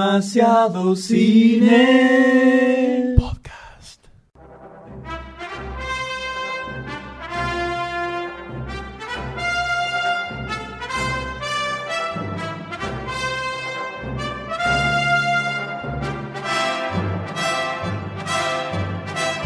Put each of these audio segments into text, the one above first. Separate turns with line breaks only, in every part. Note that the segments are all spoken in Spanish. Demasiado cine.
Podcast.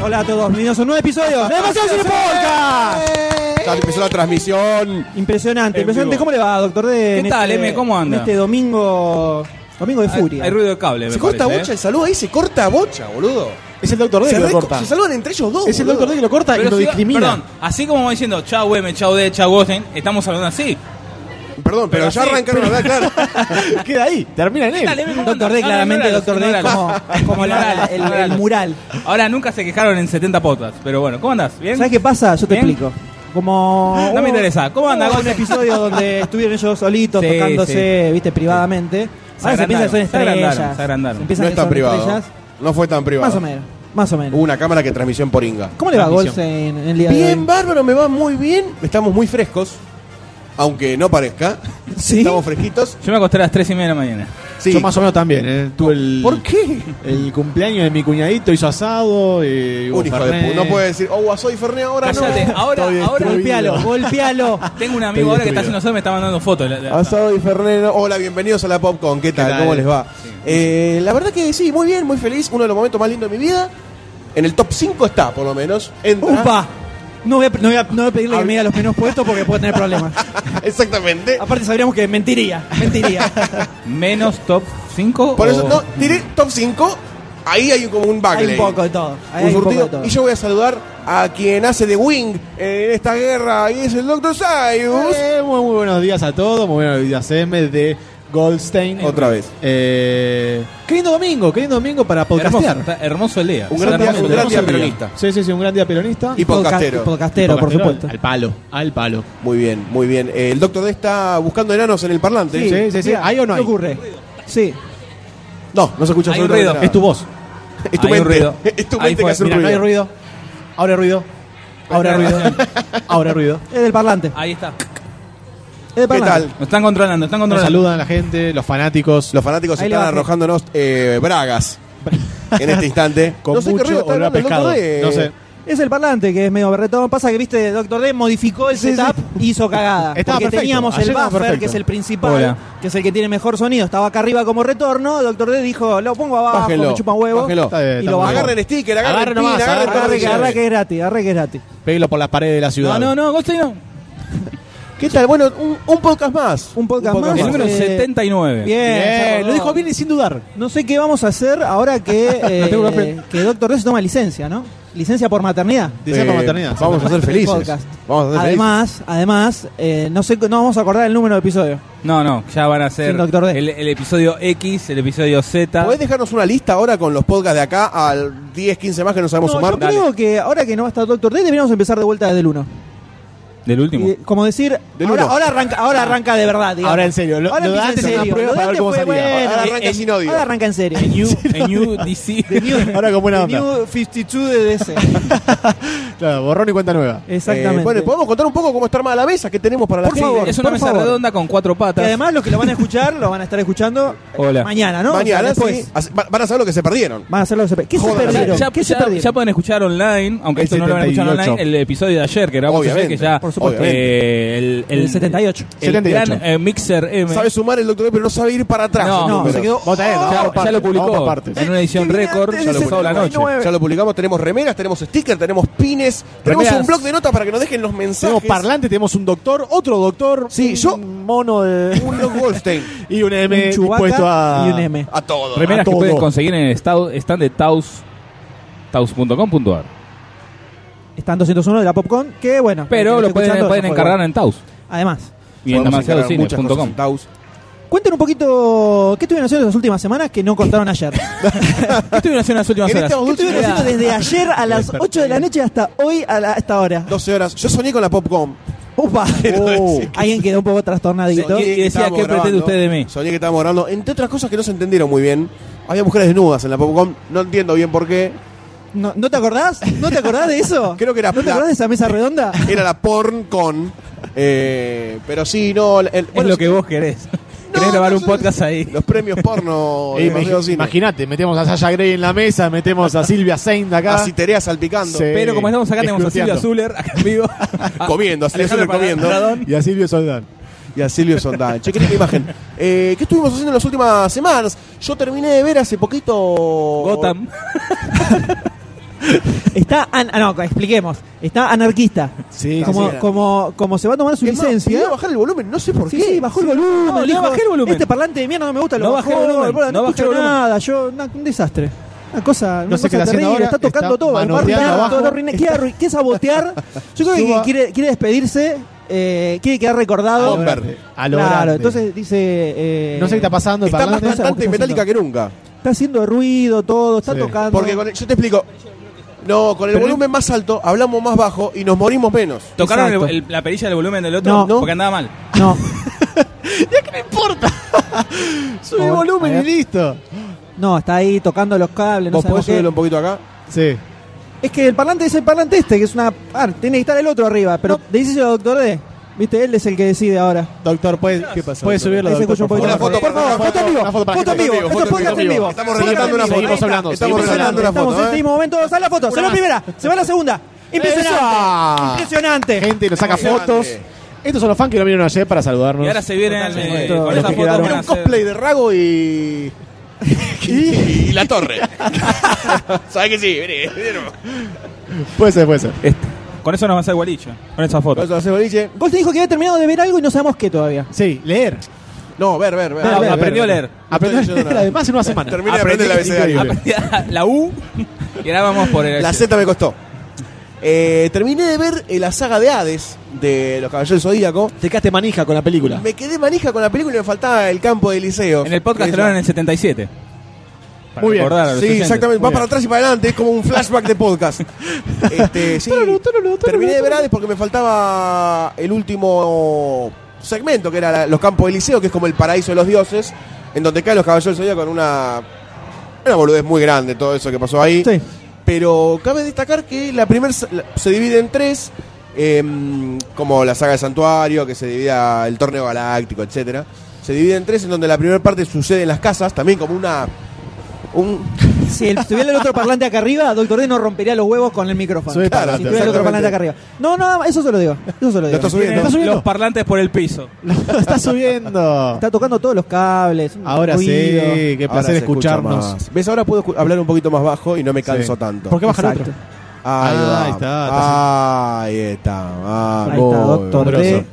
Hola a todos, bienvenidos a un nuevo episodio de Demasiado Cine Podcast.
Ya empezó la transmisión.
Impresionante,
En
impresionante.
vivo.
¿Cómo le va, doctor D?
¿Qué
en
tal, M? ¿Cómo anda?
en este domingo. Domingo de
Hay-
furia.
Hay ruido de cable, me
Se corta
parece,
bocha
¿eh?
el saludo ahí, se corta bocha, boludo.
es el doctor D
Se,
que lo
re-
corta.
se saludan entre ellos dos.
Es el
boludo.
doctor D que lo corta y
Pero
lo
si-
discrimina.
Perdón, así como vamos diciendo chau M, chau D, chau Gosen, estamos hablando así.
Perdón, pero,
Pero
ya
así.
arrancaron a hablar, claro.
Queda ahí, termina en él.
Dale, M, ¿cómo
doctor
andas?
D,
No,
claramente,
no,
doctor D,
ignoralo,
como,
ignoralo.
como la- el, el
Ignoralo.
mural.
Ahora nunca se quejaron en 70 potas, pero bueno, ¿cómo andás? ¿Bien?
¿Sabes qué pasa? Yo te
Bien.
explico. Como.
No me interesa. ¿Cómo anda,
Hubo un
Gonza?
episodio donde estuvieron ellos solitos
Sí,
tocándose, viste, privadamente.
Se
Ahora se piensa que son
agrandaron, se agrandaron,
estrellas.
se agrandaron.
Se empiezan
No
a
es
pensar
tan
en
privado.
estrellas.
No fue tan privado.
Más o menos, más o menos.
Hubo una cámara que transmisión por Inga.
¿Cómo le va a
Transmisión.
Golsen en el día de
Bien,
hoy?
bárbaro, me va muy bien. Estamos muy frescos. Aunque no parezca.
Sí.
Estamos fresquitos.
Yo me acosté a las 3 y media de la mañana.
Sí.
Yo más o menos también, ¿eh? Tuve el,
¿Por qué?
el cumpleaños de mi cuñadito, hizo asado y hubo
Un hijo de
Fernet.
pu- No puede decir, oh, soy Ferné ahora. no.
Cállate, ahora,
Estoy
ahora-
destruido.
Golpealo, golpealo.
Tengo un amigo ahora que está haciendo eso y me está mandando fotos. La- la-
Asado y Fernet. no. Hola, bienvenidos a la Popcorn. ¿Qué tal?
tal?
¿Cómo les va? Eh, la verdad que sí, muy bien, muy feliz. Uno de los momentos más lindos de mi vida. En el top 5 está, por lo menos. Entra.
¡Upa! No voy, a, no voy a- no voy a pedirle que me diga los menos puestos porque puedo tener problemas.
Exactamente.
Aparte sabríamos que mentiría, mentiría.
Menos top 5.
Por eso, no, tiré top 5. Ahí hay como un
Hay
backlane.
un poco de todo. Hay
Un
un poco
surtido.
de todo.
Y yo voy a saludar a quien hace de Wing en esta guerra. Y es el Dr. Sayus.
Eh, muy, muy buenos días a todos, muy buenos días M de Goldstein.
Otra vez.
Eh, qué lindo domingo, qué lindo domingo para
hermoso,
podcastear.
está hermoso el día.
Un
Está
gran día,
hermoso
un
el
gran día
Hermoso día.
peronista.
Sí, sí, sí, un gran día peronista.
Y podcastero.
Podca- podcastero, por
Podcastero
supuesto.
Al palo, al palo.
Muy bien, muy bien. Eh, El Dr. D está buscando enanos en el parlante.
Sí. ¿hay o no
¿Qué
hay?
ocurre? Sí.
No, no se escucha
Hay un
absolutamente
ruido.
nada.
Es tu voz.
Es tu
Hay un
mente.
ruido.
Es tu
Ahí
mente que
fue.
hace un
Mira, no hay
ruido.
ruido. Ahora hay ruido. Ahora hay ruido. Ahora hay ruido.
Es del parlante.
Ahí está.
Es del
¿Qué
parlante.
tal?
Nos están controlando, están
Nos
controlando.
saludan la gente, los fanáticos.
Los fanáticos
Ahí le
están
bajé.
arrojándonos eh, bragas en este instante.
Con
no sé
mucho
qué ruido está
olor a
hablando
pescado.
el Dr. D.
No sé.
Es el parlante que es medio berretón. Pasa que, viste, Doctor D modificó el
Sí, sí.
setup, hizo cagada.
Estaba
porque
perfecto.
teníamos
Ayer
el
estaba
buffer,
perfecto.
que es el principal,
Hola.
que es el que tiene mejor sonido. Estaba acá arriba como retorno. Doctor D dijo, lo pongo abajo,
Bájenlo,
me chupa un huevo.
bájenlo.
Está bien,
Y
está
lo
muy
bajó.
bien.
Agarren sticker, agarren
Agarren
pin,
nomás,
agarren todo lo
Agarre
que
que,
quieran.
agarre que es gratis, agarre que es gratis.
Pégalo por las paredes de la ciudad.
No, no, no, Goldstein no.
¿Qué tal? Bueno, un, un podcast más.
Un podcast más.
El número
Eh,
79.
Bien, se
Bien,
acordó.
lo dijo bien y sin dudar.
No sé qué vamos a hacer ahora que, eh,
tengo papel.
que Doctor D se toma licencia, ¿no? Licencia por maternidad.
Dice
Eh,
como maternidad.
Vamos a ser
Del
felices.
podcast.
Vamos a ser
además, además, eh, no sé, no vamos a acordar el número de episodio.
No, no, ya van a ser
Sin Doctor D.
el, el episodio X, el episodio Z.
felices. ¿Podés dejarnos una lista ahora con los podcasts de acá al 10, 15 más que no sabemos
No,
sumar?
yo creo que ahora que no va a estar Doctor D, deberíamos empezar de vuelta desde el 1.
Del último.
Y, como decir,
Del
ahora,
uno. Ah.
ahora arranca, ahora arranca de verdad. digamos.
Ahora en serio, lo-
ahora
lo de
empieza
antes
en
era una
serio.
prueba
Lo de
para ver
antes
cómo
fue,
salía.
bueno,
Ahora arranca
en-
sin odio.
ahora arranca en serio.
En you, en you DC.
Ahora con buena
The
onda.
New 52 de DC.
Claro, borrón y cuenta nueva.
Exactamente.
Eh, bueno, ¿podemos contar un poco cómo está armada la mesa? ¿Qué tenemos para la
Por
gente?
favor.
es una
por
mesa
favor.
redonda con cuatro
y
patas.
además los que lo van a escuchar, lo van a estar escuchando
Hola.
mañana, ¿no? pues. O sea,
Mañana,
después
sí. Así- va- Van a saber lo que se perdieron.
Van a hacer lo que se pe- ¿Qué
Joder,
se perdieron?
ya,
¿Qué se
ya-
perdieron?
ya pueden escuchar online, aunque
El
esto no lo van a escuchar
78.
online, el episodio de ayer, que grabamos ayer,
Obviamente,
que ya
por supuesto.
eh, el,
El 78.
El
78.
gran eh, Mixer M.
Sabe sumar el doctor, pero no sabe ir para atrás.
No,
el número.
se quedó-
Vos tenés,
ya,
vamos
ya
aparte, vamos
lo publicó
aparte.
en una edición récord, ya lo publicó la noche.
Ya lo publicamos, tenemos remeras, tenemos stickers, tenemos pines, tenemos
Remeras.
un blog de notas para que nos dejen los mensajes.
Tenemos parlante, tenemos un doctor, otro doctor,
Sí,
un
yo-
mono de
Un blog Wolfstein.
y un M
Un Chewbacca
dispuesto a
y un M.
A todo.
Remeras
A
que
todo.
pueden conseguir en el estau- stand de Taos taus.com.ar.
Están 201 de la Popcorn, que bueno.
Pero
que
lo
esté
pueden,
escuchando,
pueden
ya fue,
encargar
bueno.
en Taos
Además,
y en
Podemos encargar muchas cosas
demasiadocine.com.
en Taos.
cuenten un poquito qué estuvieron haciendo las últimas semanas que no contaron ayer. ¿Qué
¿Qué estuvieron haciendo las últimas
En
horas?
esta dulce
estuvieron
vida,
haciendo desde ayer a las 8 de la noche hasta hoy a, la- a esta hora?
12 horas. Yo soñé con la Popcom.
Upa.
Oh.
Alguien quedó un poco trastornadito.
Sí, y decía,
Estábamos
¿qué pretende
grabando.
usted de mí?
Soñé que estábamos grabando. Entre otras cosas que no se entendieron muy bien. Había mujeres desnudas en la Popcom. No entiendo bien por qué.
¿No, no te acordás? ¿No te acordás de eso?
Creo que era
¿No te
pla-
acordás de esa mesa redonda?
Era la Porncon. Eh, pero sí, no. el-
Es
bueno,
lo que vos querés. ¿Querés grabar un podcast ahí?
Los premios porno
Eh,
de Paseo
imagi-
Cine.
Imagínate, metemos a Sasha Grey en la mesa, metemos a Silvia Saint acá.
A Citerea salpicando. Ah,
Sí.
Pero como estamos acá, tenemos a Silvia
Escruteando.
Zuller acá en vivo.
Comiendo, a Silvio
Alejandro
Soler comiendo.
Paradón.
Y a Silvio Soldán.
Y a Silvio Sondán. Che, qué linda imagen. Eh, ¿Qué estuvimos haciendo en las últimas semanas? Yo terminé de ver hace poquito...
Gotham.
Está. an- ah, no, expliquemos. Está anarquista.
Sí,
como,
sí, sí.
como, como se va a tomar su
Es más,
licencia.
pidió bajar el volumen, no sé por
¿eh? Sí,
qué.
sí, bajó el volumen.
No, le
dijo,
bajé el volumen.
Este parlante de mierda no me gusta, lo
No
bajó,
bajé el volumen,
boludo, no,
no bajé
escucho
el volumen.
nada, yo, na- un desastre. Una cosa, una
No sé
cosa
qué está haciendo
terrible,
ahora,
está tocando
está
todo, va a
manoteando
arruinar
abajo.
todo, lo arruina- quiere, arruin- quiere sabotear. Yo creo que
Suba.
quiere, quiere despedirse, eh, quiere quedar
A
recordado.
lo grande. A lo
claro,
grande.
entonces dice... eh,
No sé qué está pasando. el
Está más
parlante.
cantante y metálica que nunca.
Está haciendo ruido todo, está
Sí.
tocando...
Porque con el- yo te explico. No, con el
Pero-
volumen más alto hablamos más bajo y nos morimos menos.
¿Tocaron el-
Exacto.
el- la perilla del volumen del otro?
No.
Porque andaba mal.
No,
Sube el
Por- a
volumen
ver.
y listo.
no, está ahí tocando los cables, no
¿Vos podés
sabemos qué.
subirlo un poquito acá?
Sí.
Es que el parlante es el parlante este, que es una... Ah, tiene que estar el otro arriba, pero le dices al doctor D. Viste, él es el que decide ahora.
Doctor, ¿puede, ¿qué pasa? ¿Puede subirlo,
Ahí se
doctor,
escucha un
por
poquito.
favor?
Una foto,
por favor,
una
foto en vivo,
una foto para
foto en
gente.
vivo,
Foto en
esto es podcast
vivo, foto
en
en
vivo.
vivo. Estamos
Podcast
relatando
en
una
vivo. Ahí
foto,
está.
estamos relatando una
Estamos
foto,
en este
¿eh?
momento, sale la foto,
Una
sale la
más.
primera, se va la segunda. Impresionante.
¡Esa!
Impresionante.
Gente nos saca
Impresionante.
fotos. Estos son los fans que no vinieron ayer para saludarnos.
Y ahora se vienen eh,
Totalmente.
con
Los
esa
que
foto.
quedaron.
van a
Un
hacer-
cosplay de Rago y. y la torre. ¿Sabes que sí? Vení,
Puede ser, puede ser.
Este. Con eso nos va a hacer gualicho. Con esa foto.
¿Vas a hacer boliche?
Golte dijo que había terminado de ver algo y no sabemos qué todavía.
Sí, leer.
No, ver, ver, ver.
Ver,
Ah,
ver.
aprendió a leer.
Aprendió
estoy leyendo nada.
además en una semana.
Terminé de aprender el abecedario.
Aprendí a- la U y ahora vamos por el.
La Z me costó. Eh, terminé de ver eh, la saga de Hades de los Caballeros del Zodíaco.
Te quedaste manija con la película.
Me quedé manija con la película y me faltaba el campo de liceo.
en el podcast lo en el 77. Para
Muy bien.
recordar a los
Sí,
oyentes.
exactamente. Va
Muy
para
bien.
atrás y para adelante. Es como un flashback de podcast. Este, sí.
Tararú, tararú, tararú,
Terminé de ver
tararú.
Hades porque me faltaba el último segmento, que era la- los campos de liceo, que es como el paraíso de los dioses, en donde caen los caballeros del Zodíaco con una, una boludez muy grande, todo eso que pasó ahí.
Sí.
Pero cabe destacar que la primera se divide en tres, em, como la saga de Santuario, que se divide a el torneo galáctico, etcétera. Se divide en tres, en donde la primera parte sucede en las casas, también como una un
Si el- tuviera el otro parlante acá arriba, Doctor D no rompería los huevos con el micrófono.
Sube
Si
parlante,
tuviera el otro parlante
exactamente.
acá arriba. No, nada más, eso se lo digo. Eso se lo
Lo
digo.
está
Tienen
subiendo.
¿Está subiendo?
Los parlantes por el piso.
está subiendo.
Está tocando todos los cables. un
Ahora sí,
ruido.
qué
Ahora
placer
se escucha
escucharnos.
más. ¿Ves? Ahora puedo escu- hablar un poquito más bajo y no me canso
Sí.
tanto.
¿Por qué baja el
Exacto.
otro?
Ahí,
Ah,
va.
ahí está,
Ahí está.
Ahí está,
vamos,
doctor D.
grosso.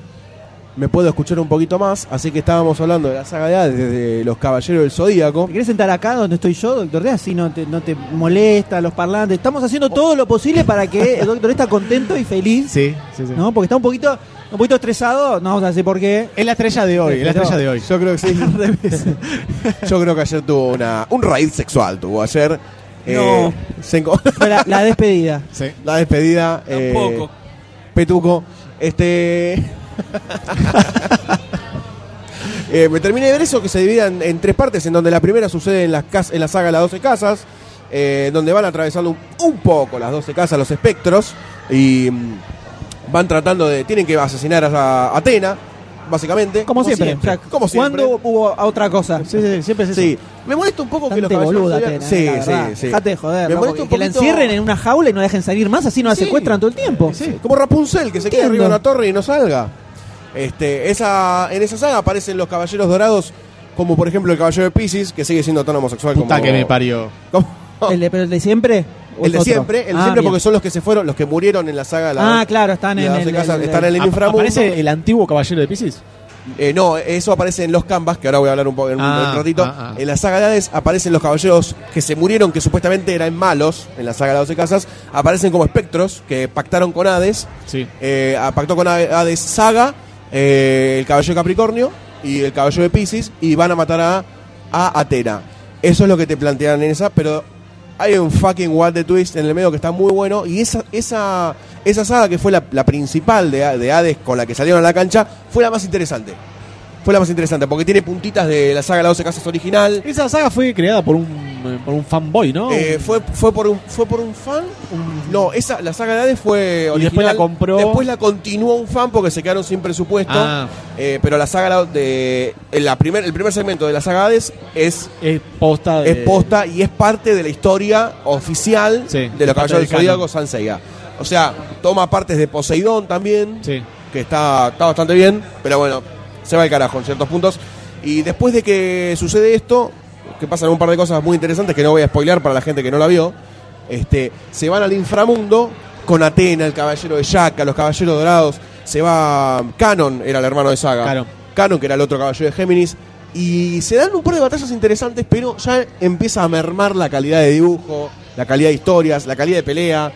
Me puedo escuchar un poquito más, así que estábamos hablando de la saga de Hades, de los Caballeros del Zodíaco.
¿Te querés sentar acá donde estoy yo, doctor D? Así no te, no te molesta los parlantes. Estamos haciendo todo lo posible para que el doctor D está contento y feliz.
Sí, sí, sí.
¿No? Porque está un poquito, un poquito estresado. No vamos a decir por qué.
Es la estrella de hoy, es la estrella de hoy.
Yo creo que sí. Yo creo que ayer tuvo una, un raid sexual, tuvo ayer. Eh,
No.
se enco-
Fue la, la despedida.
Sí.
la despedida. eh,
Tampoco.
Petuco. Este. Eh, me terminé de ver eso que se divide en, en tres partes, en donde la primera sucede en, las cas- en la saga Las 12 Casas, eh, donde van atravesando un, un poco las 12 Casas, los espectros, y mm, van tratando de. Tienen que asesinar a Atena, básicamente.
Como, siempre.
O sea, como siempre.
¿Cuándo hubo a otra cosa?
Sí, sí, siempre es eso.
Sí. Me molesta un poco que los
Bastante
caballeros
boluda,
zodiacos-
Atena,
Sí,
la verdad.
sí, sí.
Dejate de joder.
Me
¿no?
molesta
Porque
un
Que la
poquito-
encierren en una jaula y no la dejen salir más, así no la
Sí.
secuestran todo el tiempo.
Sí. Como Rapunzel, que se queda arriba
Entiendo.
de una torre y no salga. Este, esa, en esa saga aparecen los caballeros dorados, como por ejemplo el caballero de Pisces, que sigue siendo tan homosexual
Puta
como.
que me parió.
como-
¿El de, pero el de siempre? ¿O
el de
es otro?
siempre, el de
Ah,
siempre
bien.
porque son los que se fueron, los que murieron en la saga. la-
Ah, claro, están en
la doce
el-
casas,
el-
están en el
Ap-
inframundo.
¿Aparece el antiguo caballero de Pisces?
Eh, no, eso aparece en los Canvas, que ahora voy a hablar un, poco, en un
Ah,
ratito.
ah, ah.
En la saga de Hades aparecen los caballeros que se murieron, que supuestamente eran malos en la saga de las 12 casas. Aparecen como espectros que pactaron con Hades.
Sí.
Eh, ah, pactó con Hades- Hades Saga, eh, el caballero de Capricornio y el caballero de Pisces y van a matar a, a Atena. Eso es lo que te plantean en esa, pero hay un fucking what the twist en el medio que está muy bueno y esa esa esa saga que fue la, la principal de, de Hades con la que salieron a la cancha fue la más interesante. Fue la más interesante porque tiene puntitas de la saga de las 12 casas original.
Esa saga fue creada por un un, por un fanboy, ¿no?
Eh, fue, fue, por un, fue por un fan. No, esa, la saga de Hades fue original.
después la compró.
Después la continuó un fan porque se quedaron sin presupuesto.
Ah.
Eh, pero la saga de. La primer, el primer segmento de la saga Hades es,
es posta. de-
es posta y es parte de la historia oficial
Sí,
de los
es parte
Caballeros del
del canon.
Zodíaco Sanseiya. O sea, toma partes de Poseidón también
Sí.
que está, está bastante bien, pero bueno, se va al carajo en ciertos puntos. Y después de que sucede esto, que pasan un par de cosas muy interesantes que no voy a spoilear para la gente que no la vio, este, se van al inframundo con Atena, el caballero de Shaka, los caballeros dorados, se va Canon, era el hermano de Saga.
Canon.
Canon, que era el otro caballero de Géminis. Y se dan un par de batallas interesantes, pero ya empieza a mermar la calidad de dibujo, la calidad de historias, la calidad de pelea.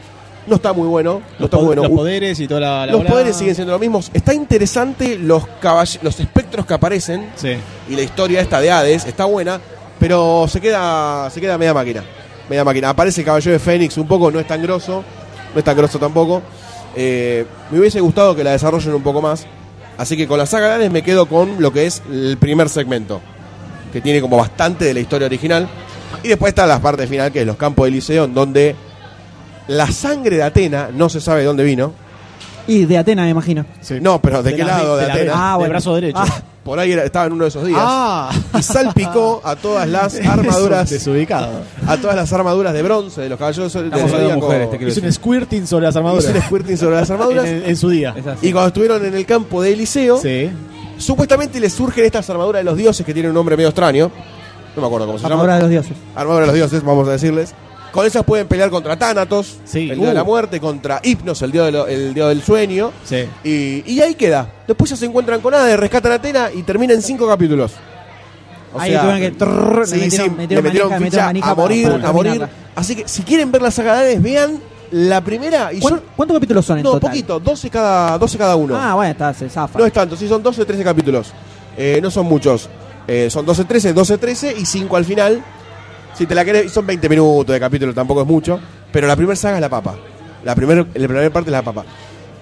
No está muy bueno. No
Los,
está
po-
bueno.
los
Un-
poderes y toda la. la
los
bola.
poderes siguen siendo los mismos. Está interesante los caball- los espectros que aparecen
Sí.
y la historia esta de Hades está buena, pero se queda se queda media máquina. Media máquina. Aparece el caballero de Fénix un poco, no es tan grosso, no es tan grosso tampoco. Eh, me hubiese gustado que la desarrollen un poco más. Así que con la saga de Hades me quedo con lo que es el primer segmento, que tiene como bastante de la historia original. Y después está la parte final, que es los campos de Liceón, donde la sangre de Atena, no se sabe dónde vino,
Y de Atenas, me imagino.
Sí.
no, pero ¿de, qué
la-
lado Ah, de,
la-
Atenas?
Ah,
del
bueno.
brazo derecho.
Ah.
Por ahí era- estaba en uno de esos días.
Ah.
Y salpicó a todas las
Es un
armaduras
Desubicado.
a todas las armaduras de bronce de los caballeros del
Estamos hablando de
Zodíaco.
mujeres, te quiero
Hizo un
decir.
squirting sobre las
Hizo un
armaduras.
squirting sobre las
En,
armaduras.
el- en su día.
Es así.
Y cuando estuvieron en el campo de Eliseo,
Sí.
supuestamente les surgen estas armaduras de los dioses que tienen un nombre medio extraño. No me acuerdo cómo se
Ahora
llama.
de los dioses.
Armadura de los dioses, vamos a decirles. Con esas pueden pelear contra Thanatos,
Sí.
el dios de
Uh.
la muerte, contra Hipnos, el dios, de lo- el dios del sueño.
Sí.
Y, y ahí queda. Después ya se encuentran con Hades, rescatan a Atena y termina en cinco capítulos.
Ahí tuvieron que- trrr,
sí,
le metieron-
sí,
metieron
le metieron
manija,
ficha
metieron manija
a
para-
morir,
para
a morir.
terminarla.
Así que si quieren ver la saga de Hades, vean la primera. Y
¿Cuán-
son,
¿Cuántos capítulos son en
no,
total?
poquito, 12 cada, 12 cada uno.
Ah, bueno, está, se zafa.
no es tanto, sí, son 12 o 13 capítulos. Eh, no son muchos. Eh, son 12, 13, 12, 13 y 5 al final. Si te la querés, son 20 minutos de capítulo, tampoco es mucho. Pero la primera saga es la papa. La primera la primera parte es la papa.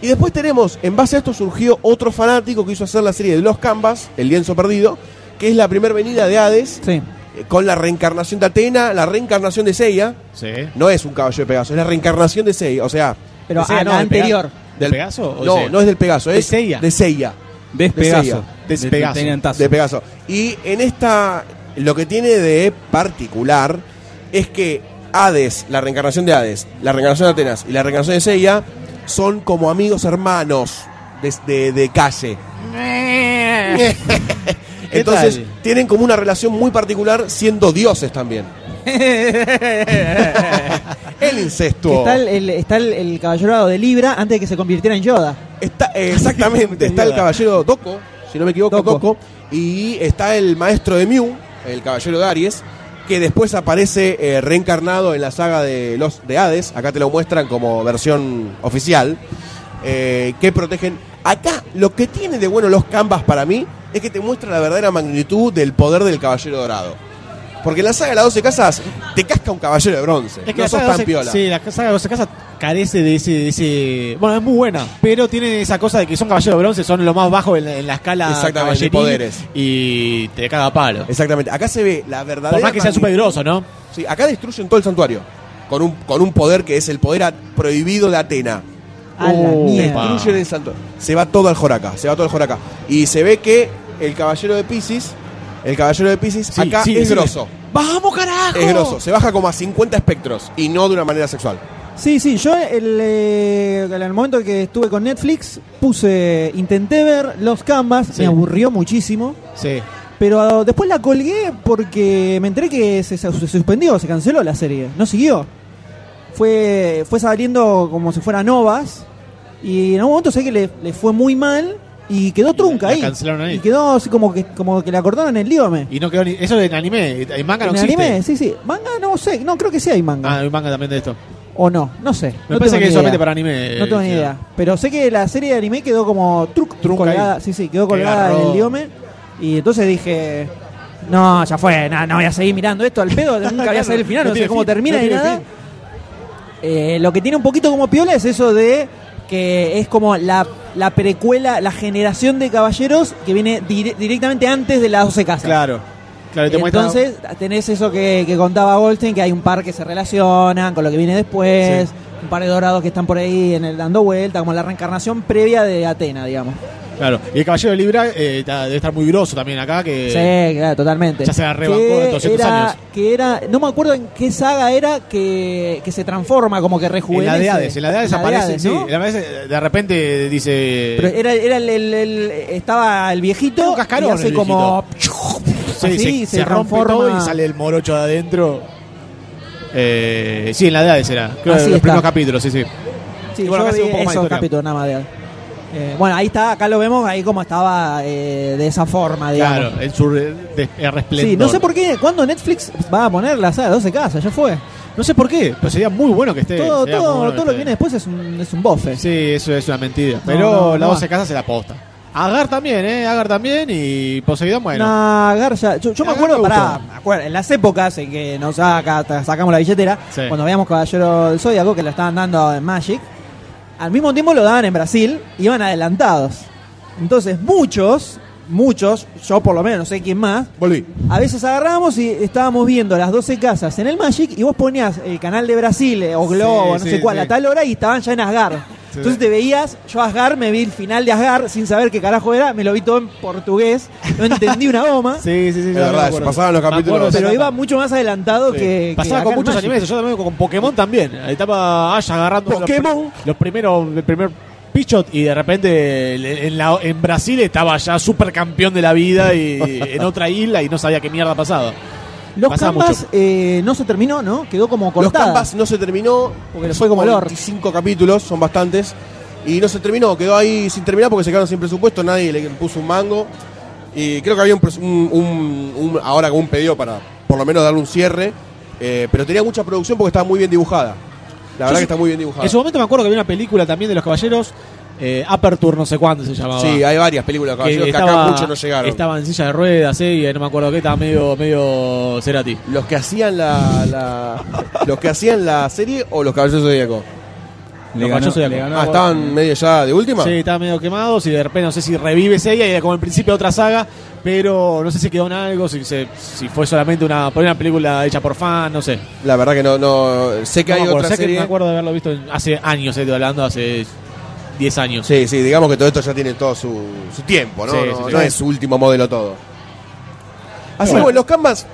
Y después tenemos, en base a esto surgió otro fanático que hizo hacer la serie de Los Canvas, El Lienzo Perdido, que es la primera venida de Hades,
Sí.
eh, con la reencarnación de Atena, la reencarnación de Seiya.
Sí.
No es un caballo de Pegaso, es la reencarnación de Seiya. O sea,
Pero
Decía,
a
no,
la
de Pega-
anterior.
¿Del Pegaso? o
no,
sea,
no es del Pegaso,
de
es
Seiya.
de Seiya.
Despegazo.
Despegazo.
Despegazo.
de Pegaso. Y en esta, lo que tiene de particular es que Hades, la reencarnación de Hades, la reencarnación de Atenas y la reencarnación de Seiya son como amigos hermanos de, de- de calle.
Eh.
Entonces
tal?
tienen como una relación muy particular siendo dioses también. el
Que
incesto.
está el, el- está el, el caballero de Libra antes de que se convirtiera en Yoda.
Está- eh, exactamente, está el caballero Doco, si no me equivoco,
Doco.
Doco. y está el maestro de Mew, el caballero de Aries, que después aparece eh, reencarnado en la saga de los de Hades, acá te lo muestran como versión oficial, eh, que protegen. Acá lo que tiene de bueno los canvas para mí es que te muestra la verdadera magnitud del poder del caballero dorado. Porque en la saga de las 12 casas te casca un caballero de bronce.
Es que
no
la
sos
saga
tan
Doce-
piola.
Sí, la saga de Casas carece de ese, de ese. Bueno, es muy buena, pero tiene esa cosa de que son caballeros de bronce, son lo más bajo en, la- en la escala
Exactamente,
caballeril
poderes.
Y te caga a palo.
Exactamente. Acá se ve la verdadera.
Por más que sea
magnitud-
súper grosso, ¿no?
Sí, acá destruyen todo el santuario. Con un, con un poder que es el poder a- prohibido de Atena.
A la
Oh,
mierda.
pa.
Destruyen el santuario. Se va todo al Joraca. Se va todo al Joraca. Y se ve que el caballero de Pisces. El caballero de Pisces
Sí,
acá
sí, Oh.
es
sí.
grosso.
¡Vamos, carajo!
Es grosso. Se baja como a 50 espectros. Y no de una manera sexual.
Sí, sí, yo el, eh, en el momento que estuve con Netflix puse, intenté ver los canvas,
Sí.
me aburrió muchísimo,
Sí.
pero después la colgué porque me enteré que se, se suspendió, se canceló la serie, no siguió. Fue, fue saliendo como si fueran novas y en un momento sé que le, le fue muy mal y quedó trunca
la
ahí.
cancelaron ahí.
Y quedó así como que, como que la cortaron en el líome.
Y no quedó ni. Eso en anime. En manga
en
no
el
existe.
anime, sí, sí. Manga no sé, no creo que sí hay manga.
Ah, hay manga también de esto.
O no, no sé.
Me
no
parece
tengo
que
ni
es solamente
idea.
para anime.
No tengo ni
eh,
idea. Pero sé que la serie de anime quedó como truc,
Trunca
colgada.
ahí.
Sí, sí, quedó
Qué
colgada en
garrón.
el diome. Y entonces dije, no, ya fue, no, no voy a seguir mirando esto al pedo, nunca voy a saber el final,
No
no, sé
tiene
cómo
fin,
termina
no
ni
tiene
nada.
fin.
Eh, lo que tiene un poquito como piola es eso de que es como la, la precuela, la generación de caballeros que viene dire- directamente antes de las 12 casas.
Claro. Claro, te muestra-
Entonces tenés eso que, que contaba Goldstein, que hay un par que se relacionan con lo que viene después, un par de dorados que están por ahí en el dando vuelta, como la reencarnación previa de Atena, digamos.
Claro. Y el caballero de Libra eh, está- debe estar muy groso también acá. Que...
sí, claro, totalmente.
ya se la rebancó
Que
de 200
era,
años.
Que era, no me acuerdo en qué saga era que, que se transforma, como que
En
rejuvenece.
la de Hades, en la de Hades aparece,
Hades,
sí,
¿no?
en la de Hades, de repente dice...
Pero era, era el, el- el- estaba el viejito
Era un cascarón
y hace
el
como
Sí,
así,
se, se rompe
transforma.
todo y sale el morocho de adentro. Eh, sí, en la de Hades era. Creo
Así
que los
está.
primeros capítulos, sí, sí.
Sí,
Y bueno,
yo
acá se ve
vi
un poco más de
esos
historia.
capítulos nada más de Eh, bueno, ahí está, acá lo vemos, ahí como estaba eh, de esa forma, digamos.
Claro, el sur de, el resplendor.
Sí, no sé por qué, ¿cuándo Netflix va a poner la saga 12 casas? Ya fue.
No sé por qué, pero sería muy bueno que esté.
todo
sería
todo,
muy bueno
todo lo
esté.
que viene después es un, es un bofe.
este- Sí, eso es una mentira.
No,
Pero
no,
la
no
12 casa se la posta. Agar también, ¿eh? Agar también y Poseidón, bueno.
Nah, Garza, yo, yo me
Agar
acuerdo,
me
pará,
gustó.
me acuerdo, en las épocas en que nos saca- ta- sacamos la billetera,
Sí.
cuando veíamos Caballero del Zodiaco, que lo estaban dando en Magic, al mismo tiempo lo daban en Brasil, iban adelantados. Entonces, muchos, muchos, yo por lo menos, no sé quién más,
Volví.
A veces agarramos y estábamos viendo las 12 casas en el Magic y vos ponías el canal de Brasil eh, o Globo,
Sí,
no
sí,
sé cuál,
sí.
a tal hora y estaban ya en Asgar. Entonces te veías, yo Asgar, me vi el final de Asgar sin saber qué carajo era, me lo vi todo en portugués, no entendí una goma,
Sí, sí, sí.
Es
yo también me
verdad,
acuerdo.
pasaban los
Me acuerdo
capítulos.
de
pero
esa
iba
etapa.
mucho más adelantado
Sí.
que...
Pasaba
que
con
acá en
muchos
Magic.
animes, yo también con Pokémon también. Ahí estaba Ash agarrando los pri-
Pokémon.
Los, primeros, el primer Pichot y de repente el- en, la- en Brasil estaba ya super campeón de la vida y en otra isla y no sabía qué mierda pasaba.
Los
pasaba
canvas
mucho.
eh, no se terminó, ¿no? Quedó como cortada.
Los Canvas no se terminó.
Porque le
son
fue como el orto.
25 capítulos, son bastantes. Y no se terminó, quedó ahí sin terminar porque se quedaron sin presupuesto, nadie le puso un mango. Y creo que había un, pres- un- un- un- ahora como un pedido para por lo menos darle un cierre. eh, pero tenía mucha producción porque estaba muy bien dibujada.
Yo
La verdad
sí-
que está muy bien dibujada.
En su momento me acuerdo que había una película también de los caballeros, eh, Aperture, no sé cuándo se llamaba.
Sí, hay varias películas de caballeros que, acá muchos no llegaron.
Estaba en silla de ruedas, eh, y no me acuerdo qué, estaba medio, medio Cerati.
Los que hacían la, la- los que hacían la serie o los caballeros zodíacos.
Los machos zodíacos.
ganó
Ah,
a-
estaban medio ya de última.
Sí, estaba medio quemados y de repente no sé si revive ella y era como el principio de otra saga, pero no sé si quedó en algo, si, se- si fue solamente una, por ahí una película hecha por fan, no sé.
La verdad que no, no sé que
No
hay
me acuerdo,
otra
sé que
serie.
me acuerdo de haberlo visto en- hace años, eh, estoy hablando, hace 10 años.
Sí, sí, digamos que todo esto ya tiene todo su, su tiempo, ¿no?
Sí,
no
sí, sí.
no es su último modelo todo. Así
Bueno.
que bueno, los canvas,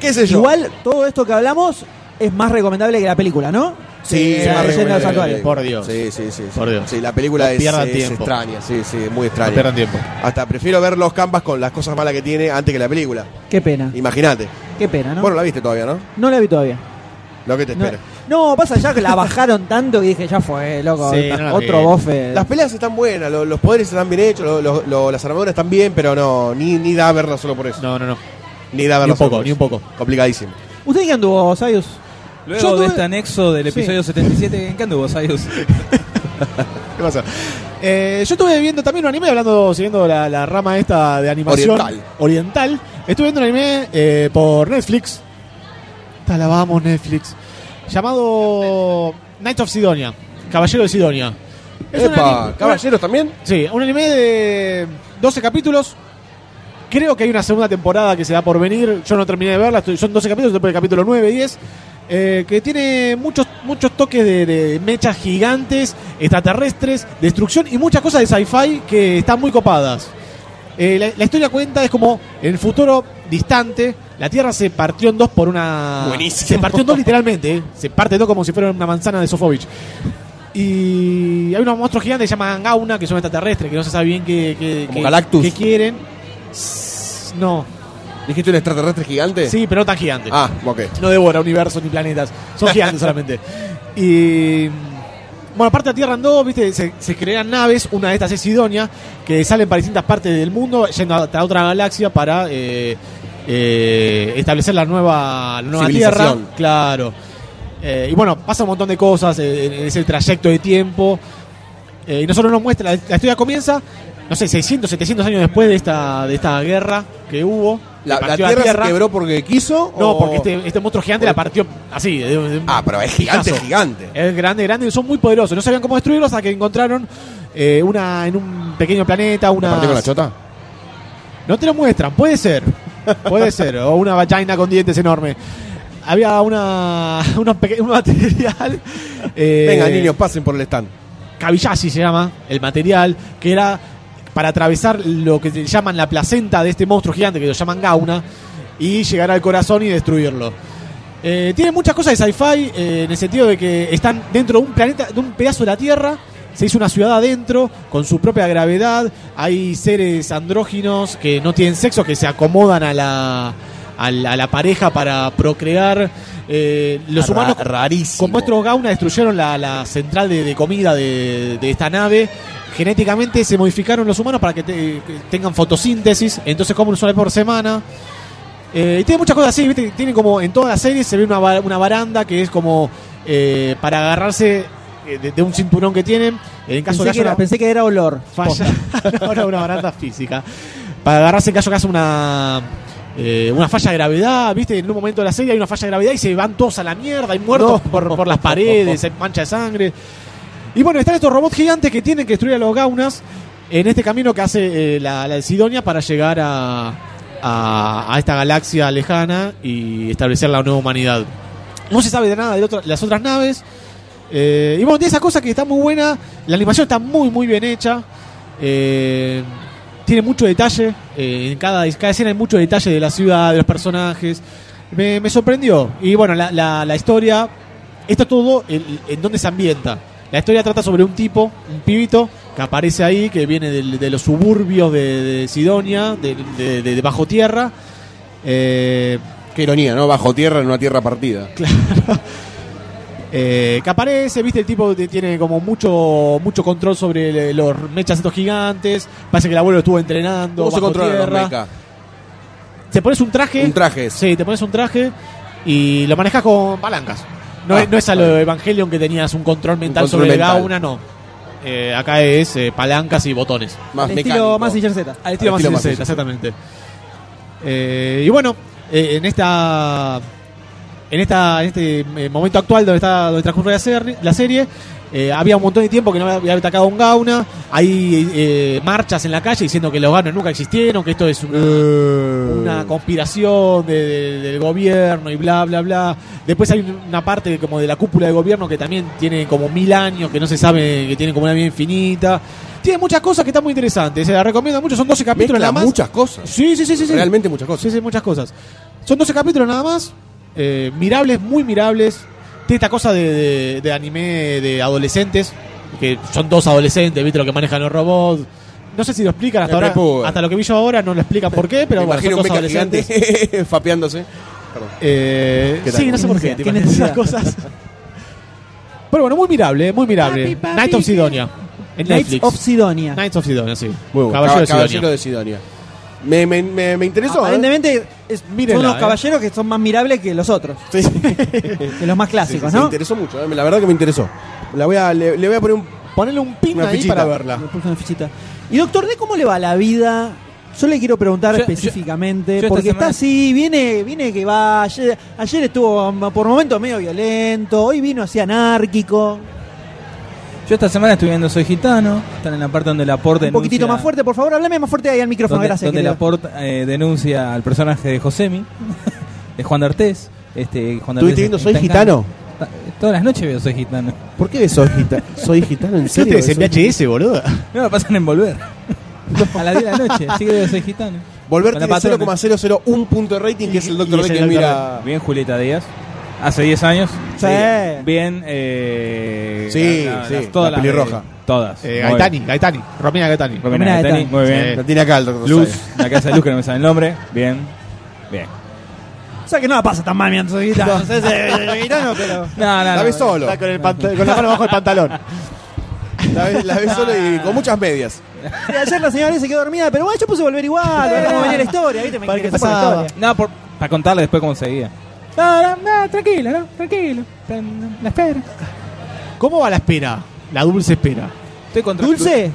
qué sé yo.
Igual, todo esto que hablamos es más recomendable que la película, ¿no?
sí,
Que
es
la
más
leyenda de los
recomendable.
santuarios.
Por Dios.
Sí, sí, sí. sí.
Por Dios.
Sí, la película
No
es,
pierdan
es
tiempo.
extraña, sí, sí, muy
No
extraña.
pierdan tiempo.
Hasta prefiero ver los canvas con las cosas malas que tiene antes que la película.
Qué pena,
Imagínate.
qué pena, ¿no?
Bueno, la viste todavía, ¿no?
No la vi todavía.
Lo que te
No,
espera.
no, pasa ya que la bajaron tanto que dije, ya fue, loco.
Sí,
esta-
no la
otro
vi.
bofe.
Las peleas están buenas, lo- los poderes están bien hechos, lo- lo- lo- las armaduras están bien, pero no, ni, ni da verla solo por eso.
No, no, no.
Ni da
Ni
verla
un
solo
poco,
por
ni un
eso.
poco.
Complicadísimo.
¿Usted qué anduvo, Sayus?
Luego
Yo tuve-
de este anexo del episodio 77, ¿en qué anduvo, Sayus?
¿Qué pasa? Eh, yo estuve viendo también un anime, hablando, siguiendo la, la rama esta de animación
Oriental.
oriental. Estuve viendo un anime eh, por Netflix. Te alabamos, Netflix. Llamado Knights of Sidonia. Caballero de Sidonia. Es un
Epa,
anime-
¿Caballeros también?
Sí, un anime de 12 capítulos. Creo que hay una segunda temporada que se da por venir. Yo no terminé de verla. estoy- son 12 capítulos, estoy por el capítulo 9, 10. eh, que tiene muchos, muchos toques de, de mechas gigantes, extraterrestres, destrucción y muchas cosas de sci-fi que están muy copadas. Eh, la, la historia cuenta es como en el futuro distante, la Tierra se partió en dos por una.
Buenísimo.
Se partió en dos literalmente, eh. se parte en dos como si fuera una manzana de Sofovich. Y hay unos monstruos gigantes que se llaman Gauna, que son extraterrestres, que no se sabe bien qué, qué-
Como
qué-
Galactus.
qué quieren. S- No,
¿Dijiste un extraterrestre gigante?
sí, pero no tan gigantes.
Ah, ok.
No devora universos ni planetas, son gigantes solamente. Y. Bueno, aparte de la Tierra en dos, ¿viste? Se, se crean naves, una de estas es Sidonia, que salen para distintas partes del mundo, yendo a, a otra galaxia para eh, eh, establecer la nueva, la nueva Tierra.
Civilización.
Claro. Eh, y bueno, pasa un montón de cosas, eh, en ese trayecto de tiempo. Eh, y nosotros nos muestra, la, la historia comienza, no sé, 600, 700 años después de esta, de esta guerra que hubo.
La,
que
la
partió
tierra, se quebró porque quiso?
no,
o-
porque este, este monstruo gigante la partió así. de- de-
Ah, pero es gigante,
Picasso.
gigante.
Es grande, grande, y son muy poderosos. No sabían cómo destruirlos hasta que encontraron eh, una en un pequeño planeta,
¿La
una...
partió con la chota?
No te lo muestran, puede ser. Puede ser, o una vagina con dientes enorme. Había una, una peque- un material. eh,
Venga, niños, pasen por el stand.
Kabiyashi se llama, el material, que era para atravesar lo que se llaman la placenta de este monstruo gigante, que lo llaman Gauna, y llegar al corazón y destruirlo. Eh, tiene muchas cosas de sci-fi, eh, en el sentido de que están dentro de un planeta, de un pedazo de la Tierra, se hizo una ciudad adentro, con su propia gravedad, hay seres andróginos que no tienen sexo, que se acomodan a la, a la, a la pareja para procrear. Eh,
Ah,
los humanos
rarísimo.
con vuestros Gauna destruyeron la, la central de, de comida de, de esta nave. Genéticamente se modificaron los humanos para que, te- que tengan fotosíntesis. Entonces comen una vez por semana. Eh, y tiene muchas cosas así, ¿viste? Tiene como en todas las series se ve una, ba- una baranda que es como eh, para agarrarse eh, de, de un cinturón que tienen. En caso de
Pensé, que
que haya
era,
una-
pensé que era olor.
falla ahora una baranda física. Para agarrarse en caso que hace una eh, una falla de gravedad, ¿viste? En un momento de la serie hay una falla de gravedad y se van todos a la mierda, hay muertos por, por las paredes, hay mancha de sangre. Y bueno, están estos robots gigantes que tienen que destruir a los gaunas en este camino que hace eh, la, la Sidonia para llegar a, a, a esta galaxia lejana y establecer la nueva humanidad. No se sabe de nada de otro- las otras naves. Eh, y bueno, tiene esa cosa que está muy buena. La animación está muy, muy bien hecha. Eh, tiene mucho detalle. eh, en cada, en cada escena hay mucho detalle de la ciudad, de los personajes. Me, me sorprendió. Y bueno, la, la- la historia. Está todo en, en donde se ambienta. La historia trata sobre un tipo, un pibito, que aparece ahí, que viene del- de los suburbios de, de Sidonia, de, de- de- de bajo tierra. Eh,
Qué ironía, ¿no? Bajo tierra en una tierra partida.
Eh, que aparece, viste, el tipo que tiene como mucho mucho control sobre le- los mechas estos gigantes. Parece que el abuelo estuvo entrenando.
¿Cómo se
bajo
controlan los
tierra.
mecha?
Te pones un traje.
Un traje.
Sí, te pones un traje y lo manejas con palancas. No,
Ah,
es, no es a lo de Evangelion que tenías un control mental
control
sobre
mental.
el Gauna, no. Eh, acá es eh, palancas y botones.
Más
Al
mecánico.
estilo Massinger Z.
Al estilo
Al
Mazinger
estilo
Z,
Mazinger Z.
exactamente. Eh, y bueno, eh, en esta. En, esta, en este eh, momento actual donde está donde transcurre la serie, la serie eh, había un montón de tiempo que no había atacado a un gauna. Hay eh, marchas en la calle diciendo que los gaunas nunca existieron, que esto es una,
Eh,
una conspiración de- de- del gobierno y bla, bla, bla. Después hay una parte como de la cúpula del gobierno que también tiene como mil años, que no se sabe, que tiene como una vida infinita. Tiene muchas cosas que están muy interesantes, se las recomiendo mucho, son 12 capítulos
Mezcla
nada más.
muchas cosas.
Sí, sí, sí, sí, sí.
Realmente muchas
Sí,
cosas.
sí, muchas cosas. Son 12 capítulos nada más, eh, mirables, muy mirables. Tiene esta cosa de, de- de anime de adolescentes, que son dos adolescentes, viste lo que manejan los robots. No sé si lo explican hasta
Me
ahora,
repuga.
hasta lo que vi yo ahora no lo explican por qué, pero
Me
bueno, son
imagino un
dos
mecha
adolescentes.
gigante fapeándose.
Eh,
¿Qué tal?
sí, no sé por qué.
Qué
te imaginas esas
necesidad.
cosas. Pero bueno, muy mirable, muy mirable.
Papi, papi,
Night of
¿qué?
Sidonia. En
Knights
Netflix.
of Sidonia.
Knights of Sidonia, sí.
Muy bueno.
Caballero de
Cab-
Sidonia.
Caballero de Sidonia. Me, me, me, me interesó. ¿eh?
Ah, Aparentemente es-
Mírenla,
son los
eh.
caballeros que son más mirables que los otros,
Sí, sí, sí,
que los más clásicos,
Me
¿no?
interesó mucho. ¿eh? La verdad que me interesó. La voy a, le, le voy a poner un.
Ponele un pin
Una
ahí
fichita.
para verla.
Me puse una fichita. Y doctor D, ¿cómo le va la vida? Yo le quiero preguntar
Yo- yo-
específicamente,
yo esta
porque está
semana-
así, viene, viene que va, ayer, ayer estuvo mm, por momentos medio violento, hoy vino así anárquico,
Yo esta semana estuve viendo Soy Gitano, están en la parte donde Laporte
un poquitito
denuncia-
más fuerte, por favor, háblame más fuerte ahí al micrófono,
donde,
gracias.
donde
querido.
Laporte eh, denuncia al personaje de Josemi, de Juan de Artés. Este, Juan de
¿Estuviste
Artés
viendo
está
Soy
en
Gitano?
Cana- está- Todas las noches veo Soy Gitano.
¿Por qué soy gitano? ¿Soy gitano en
¿Qué
serio?
ustedes en
Soy-
VHS, boludo? Eh,
No me pasan en volver. A las 10 de la noche, así que veo Soy Gitano.
Volver
Con la
tiene
patrona.
0,001 punto de rating, que es el Doctor
y es
D
el
que
Dr.
mira.
Bien, Julieta Díaz. Hace 10 años.
Sí.
Bien, eh,
Sí,
la- la-
sí,
las- todas
la
las de-
pelirroja.
todas.
Eh,
Muy
Gaetani,
bien.
Gaetani, Romina Gaetani.
Romina
Romina
Gaetani,
Gaetani.
muy bien.
La tiene acá el Doctor
Luz, la casa de Luz, que no me sabe el nombre. Bien, bien.
O sea que no la pasa tan mal mirando soy gitano, no sé si soy gitano, pero...
No, no,
La
no,
ve
no.
solo.
Está con, el pant- con la mano bajo el pantalón.
La ve, la ve solo y con muchas medias.
Y ayer la señora se quedó dormida, pero bueno, yo puse volver igual, para ver cómo venía la historia, ¿viste? Me
Para que
interesaba
pasaba.
la historia.
No, por- para contarle después cómo seguía. No, no, no, tranquilo, no, tranquilo. Tan- La espera.
¿Cómo va la espera? La dulce espera.
Estoy contra- Ah,
¿Dulce?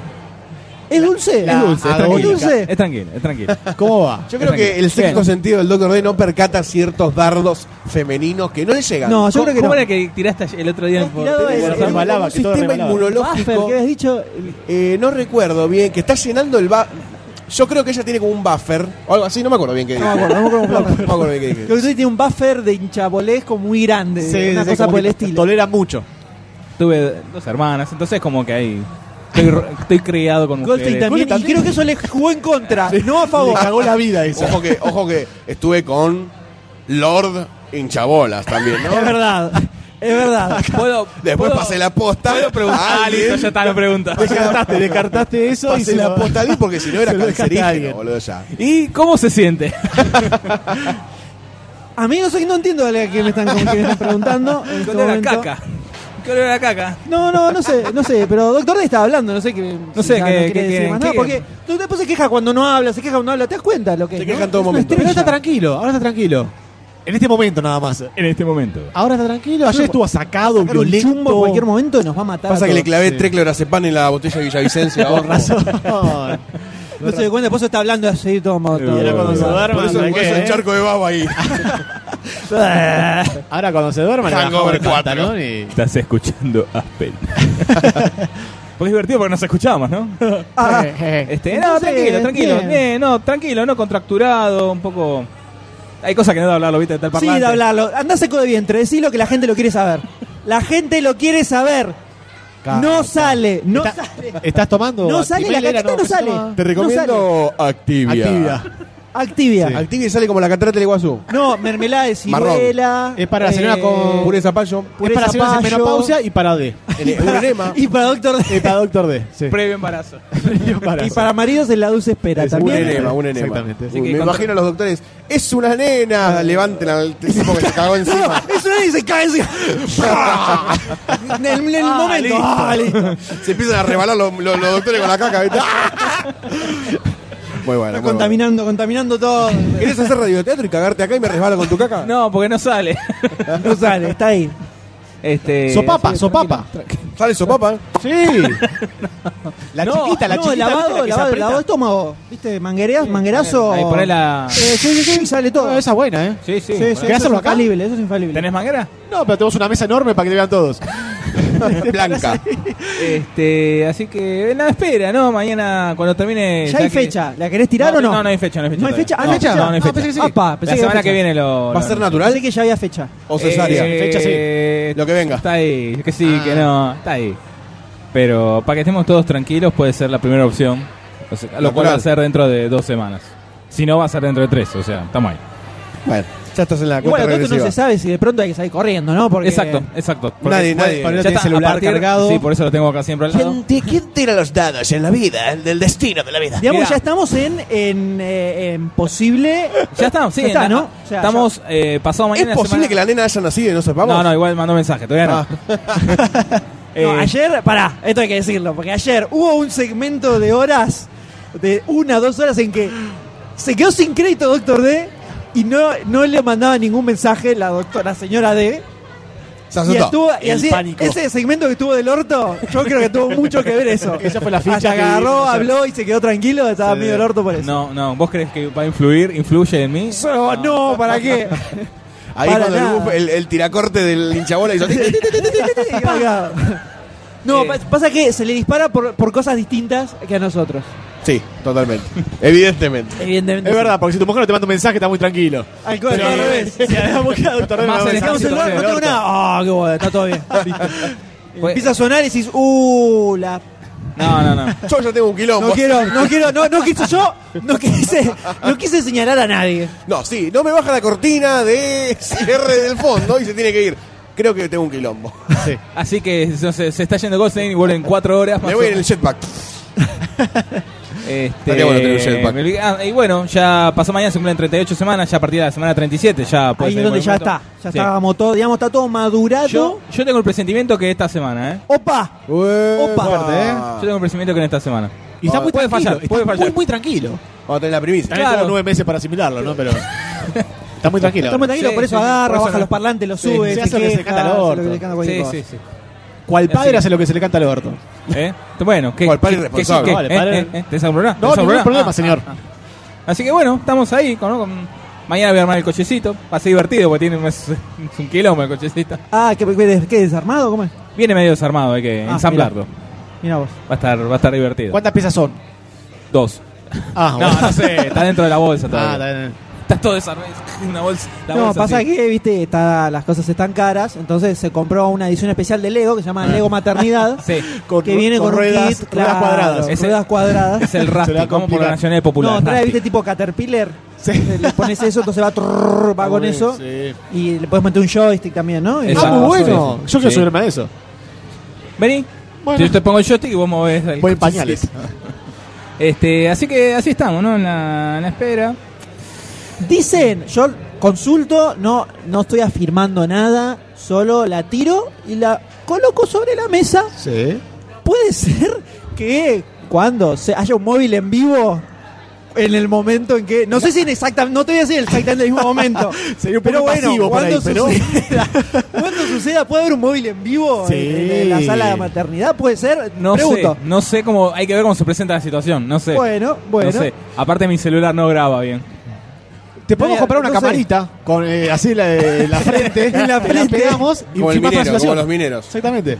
¿Es dulce?
la-
¿Es dulce?
es
¿Es
tranquila.
dulce?
Es tranquilo, es tranquilo.
¿Cómo va?
Yo creo que el sexto
Bien.
sentido del Doctor D no percata ciertos dardos femeninos que no le llegan.
No, yo
¿Cómo,
creo que
cómo
no. eh.
era que tiraste el otro día?
Has tirado
por-
ese.
Tenemos
Bueno,
un-
rebalaba,
un
que todo
sistema
rebalaba.
inmunológico.
Buffer, ¿qué habías dicho?
Eh, no recuerdo bien, que está llenando el va Yo creo que ella tiene como un buffer o algo así, no me acuerdo bien qué
No me
dije.
acuerdo, no me acuerdo cómo
No me
fue.
acuerdo bien qué dije.
Creo que tiene un buffer de hinchabolesco muy grande.
Sí,
una
sí,
cosa
como
por
que
el estilo.
Tolera mucho.
Tuve dos hermanas, entonces como que ahí estoy, ro- estoy criado con
Goldstein
ustedes.
también, y creo que eso le jugó en contra, no a favor.
Cagó la vida esa.
Ojo que, ojo que estuve con Lord hinchabolas también, ¿no?
Es verdad, es verdad.
¿Puedo,
Después
puedo-
pasé la posta. a
Ah, listo, ya
alguien,
está la pregunta.
Descartaste, descartaste eso y
pasé
se
la
lo-
posta a alguien porque si no era
Se lo dejaste a
cancerígeno,
alguien.
boludo, ya.
¿Y cómo se siente?
A mí no sé, no entiendo a la que me están, que me están preguntando. en este
¿Qué olor a
momento.
caca? ¿Qué olor a caca?
No, no, no sé, no sé, pero Doctor D estaba hablando, no sé qué.
No sé,
ya
qué-
quiere
qué
decir
quieren,
más
qué
nada, porque
quieren.
tú después se queja cuando no habla, se queja cuando no habla, ¿te das cuenta lo que
Se
es,
queja
no?
en todo
Es una
momento.
Pero
estrella.
ahora está tranquilo, ahora está tranquilo. En este momento nada más.
En este momento.
Ahora está tranquilo. Ayer estuvo sacado,
Sacar un chumbo en
violento.
cualquier momento nos va a matar.
Pasa
a
que le
todos.
clavé tres clorazepam en la botella de Villavicencio. Con
Ay.
No se da cuenta, por eso está hablando así todo mo- todo-
Ahora Eh, cuando se
todo-
duerman,
Por eso
¿sabes
por eso
qué,
el
eh?
charco de baba ahí.
Ahora cuando se duerman, le bajamos
Hangover
el
4.
pantalón y...
Estás escuchando Aspen. Porque es divertido porque nos escuchamos, ¿no?
Ah,
eh,
Este, no,
Entonces,
tranquilo, tranquilo.
bien.
Eh, no, tranquilo, no contracturado, un poco. Hay cosas que no de hablarlo, ¿viste? Está el
sí,
parlante.
de hablarlo. Andá seco de vientre, decí lo que la gente lo quiere saber. La gente lo quiere saber. No sale, no
Está-
sale.
¿Estás tomando?
No sale, la
Actimel era,
cacheta no
¿Qué se
sale.
llama?
Te recomiendo Activia.
Actividad.
Activia.
Sí.
Activia sale como la catarata del Iguazú.
No, mermelada de
Marrón.
ciruela. eh,
Es para la señora con-
Puré de zapallo.
Es
Puré
para señoras en
zapallo.
menopausia y para D.
en- Un enema.
Y para doctor D.
Es para Doctor D. Sí.
Previo embarazo.
Y para maridos en la dulce espera
Un
también.
enema, un enema.
Exactamente.
Uy,
Así
me
que contra-
imagino a los doctores. Es una nena. Levanten al tipo que se cagó
No,
encima.
es una y se cae así. en el, en el momento.
listo.
Ah, listo.
Se empiezan a rebalar los, los- los doctores con la caca. ¿viste? Muy bueno. muy bueno.
Contaminando, contaminando todo.
¿Querés hacer radioteatro y cagarte acá y me resbalo con tu caca?
No, porque no sale.
No sale, está ahí.
Este,
Eh, Sopapa,
así que
sopapa.
Sale eh? sopapa.
Sí. La
No,
chiquita, la
no,
chiquita. ¿viste? La que
lavado,
se
lavado,
aprieta.
lavado de estómago. ¿Viste? Manguereas, manguerazo.
tranquila. Ahí ponés la.
Eh, sí, sí, sí, sale todo.
No, esa es buena, ¿eh?
Sí, sí.
Sí, sí,
bueno.
eso
¿Querés
es
hacerlo acá?
infalible, eso es infalible.
¿Tenés manguera?
No, pero tenemos una mesa enorme para que te vean todos.
Blanca.
Este, así que en la espera, ¿no? Mañana cuando termine.
ya hay
que-
fecha, ¿la querés tirar
no,
o no?
No, no hay fecha, no hay fecha.
¿No hay
todavía.
fecha? ¿Ah, no hay fecha?
No, no hay
Ah,
fecha.
pensé que sí. Apa, pensé que
la
había
semana que
fecha.
viene lo.
¿Va a
lo-
ser
Pensé
natural
que ya había fecha.
o cesárea?
Eh,
Fecha
Lo que venga. Ah.
Está ahí, que sí, que no, está ahí. Pero para que estemos todos tranquilos puede ser la primera opción. O sea, lo cual
Natural.
va a ser dentro de dos semanas. Si no, va a ser dentro de tres, o sea, estamos ahí.
Bueno, ya estás en la cuenta
Igual bueno, no
regresiva.
se sabe si de pronto hay que salir corriendo, ¿no? Porque
Exacto, exacto.
Nadie, nadie.
Para no tener celular cargado.
Sí, por eso lo tengo acá siempre al lado.
tira los dados en la vida? El del destino de la vida.
Digamos,
Mirá.
ya estamos en, en, eh, en posible.
Ya está, sí,
Ya está,
na-
¿no? O sea,
estamos eh, pasado
¿Es
mañana. la
posible
semana-
que la Ah. nena haya nacido y no sepamos?
No, no, igual mandó mensaje, todavía no. Eh,
No, ayer, pará, esto hay que decirlo, porque ayer hubo un segmento de horas, de una, dos horas, en que se quedó sin crédito Doctor D y no, no le mandaba ningún mensaje la doctora señora D.
Se
Y,
asustó.
estuvo, y
El
así,
pánico.
ese segmento que estuvo del orto, yo creo que tuvo mucho que ver eso.
Esa fue la ficha
Hasta
que
agarró,
dimos ayer.
habló y se quedó tranquilo, estaba medio del orto por eso.
no, no, ¿vos crees que va a influir? ¿Influye en mí?
No, no, ¿para qué?
Ahí
Para
cuando el
nada.
bufo- el, el tiracorte del hinchabola hizo...
No,
Eh.
pa- pasa que se le dispara por, por cosas distintas que a nosotros.
Sí, totalmente. Evidentemente.
Evidentemente.
Es verdad, porque si tu mujer no te manda un mensaje, está muy tranquilo.
Al co- al revés.
Si a la mujer, doctor, no le manda
Más
un
en esta
Dejamos
mensaje,
el bar, no
está
tengo
del orto.
nada. Ah, qué bueno, está todo bien. Listo.
Pues-
Empieza a sonar y decís, uh, la.
No, no, no.
Yo ya tengo un quilombo.
No quiero, no quiero, no, no quise yo, no quise, no quise señalar a nadie.
No, sí, no me baja la cortina de cierre del fondo y se tiene que ir. Creo que tengo un quilombo.
Sí.
Así que no sé, se está yendo Goldstein y vuelve en cuatro horas. más
Me voy
o
en el
menos.
jetpack.
Este,
Estaría bueno tener un jetpack.
me olvidé- ah, y bueno, ya pasó mañana, se cumplen 38 semanas, ya a partir de la semana 37 ya puede
Ahí
ser
es donde
buen
ya
momento.
está, ya
Sí.
estábamos todo, digamos, está todo madurado.
Yo, yo tengo el presentimiento que esta semana, ¿eh?
Opa,
Opa.
fuerte, ¿eh?
Yo tengo el presentimiento que en esta semana.
Y está
Ah,
muy
puede
tranquilo.
fallar,
está
puede fallar.
Muy, muy tranquilo.
Vamos a tener la primicia.
También
Claro.
tuvo nueve meses para asimilarlo, ¿no? Pero. Está muy tranquilo.
estamos
ahora.
tranquilos,
Sí,
por eso
sí,
agarra,
por eso
baja
no.
los parlantes, los
Sí,
sube,
se hace lo que se
queja,
canta al
hace lo
orto.
que le canta cualquier
Sí,
cosa.
sí, sí.
Cual padre
Sí.
hace lo que se le canta al orto.
¿Eh? Bueno, ¿qué?
Cual padre
qué-
irresponsable.
qué-
Vale,
qué-
padre-
eh, eh, eh, ¿Te desaburrirá? ¿Te
No, ningún
desaburrirá?
problema,
Ah,
señor.
ah, ah. Así que bueno, estamos ahí. ¿no? Con- Mañana voy a armar el cochecito. Va a ser divertido porque tiene un, es un quilombo el cochecito.
Ah, ¿qué, qué, qué desarmado? ¿Cómo es?
Viene medio desarmado, hay que
Ah,
ensamblarlo.
Mira vos.
Va a estar, va a estar divertido.
¿Cuántas piezas son?
Dos.
Ah, bueno.
No, no sé, está dentro de la bolsa
Ah,
todavía.
está bien.
Está todo desarmado, una bolsa. La
no,
bolsa
pasa
así.
que, viste, está, las cosas están caras, entonces se compró una edición especial de Lego que se
Ah.
llama Lego Maternidad,
Sí,
Con
que
ru-
viene con, un
ruedas,
kit,
ruedas
claro,
cuadradas.
Ese-
ruedas cuadradas.
es el
Se la
rafting, como por
complica.
las naciones populares.
No, trae,
rafting.
viste, tipo Caterpillar. Eh,
Sí.
Le pones eso, entonces va, trrr, va con eso.
Ah, Sí.
Y le puedes meter un joystick también, ¿no? Y-
Ah,
Exacto.
muy bueno.
Sí.
Yo quiero
Sí.
subirme a eso.
Vení,
Bueno.
yo te pongo el joystick y vos movés el
Voy en
coche.
pañales.
Este, así que así estamos, ¿no? En la, en la espera.
Dicen, yo consulto, no, no estoy afirmando nada, solo la tiro y la coloco sobre la mesa.
Sí.
Puede ser que cuando se haya un móvil en vivo, en el momento en que. No sé si en exactamente. No te voy a decir exactamente el mismo momento.
Sería un poco
pero bueno,
pasivo por
cuando,
ahí, pero-
suceda, cuando suceda, puede haber un móvil en vivo
Sí.
en, en la sala de maternidad, puede ser.
No
Pregunto.
sé, no sé cómo, hay que ver cómo se presenta la situación, no sé.
Bueno, bueno.
No sé. Aparte mi celular no graba bien.
Te podemos
Mira,
comprar una
no sé.
camarita con eh, así la, en la frente.
En la
te
frente.
pegamos y
Como
filmás la
el minero, como
situación.
los mineros.
Exactamente.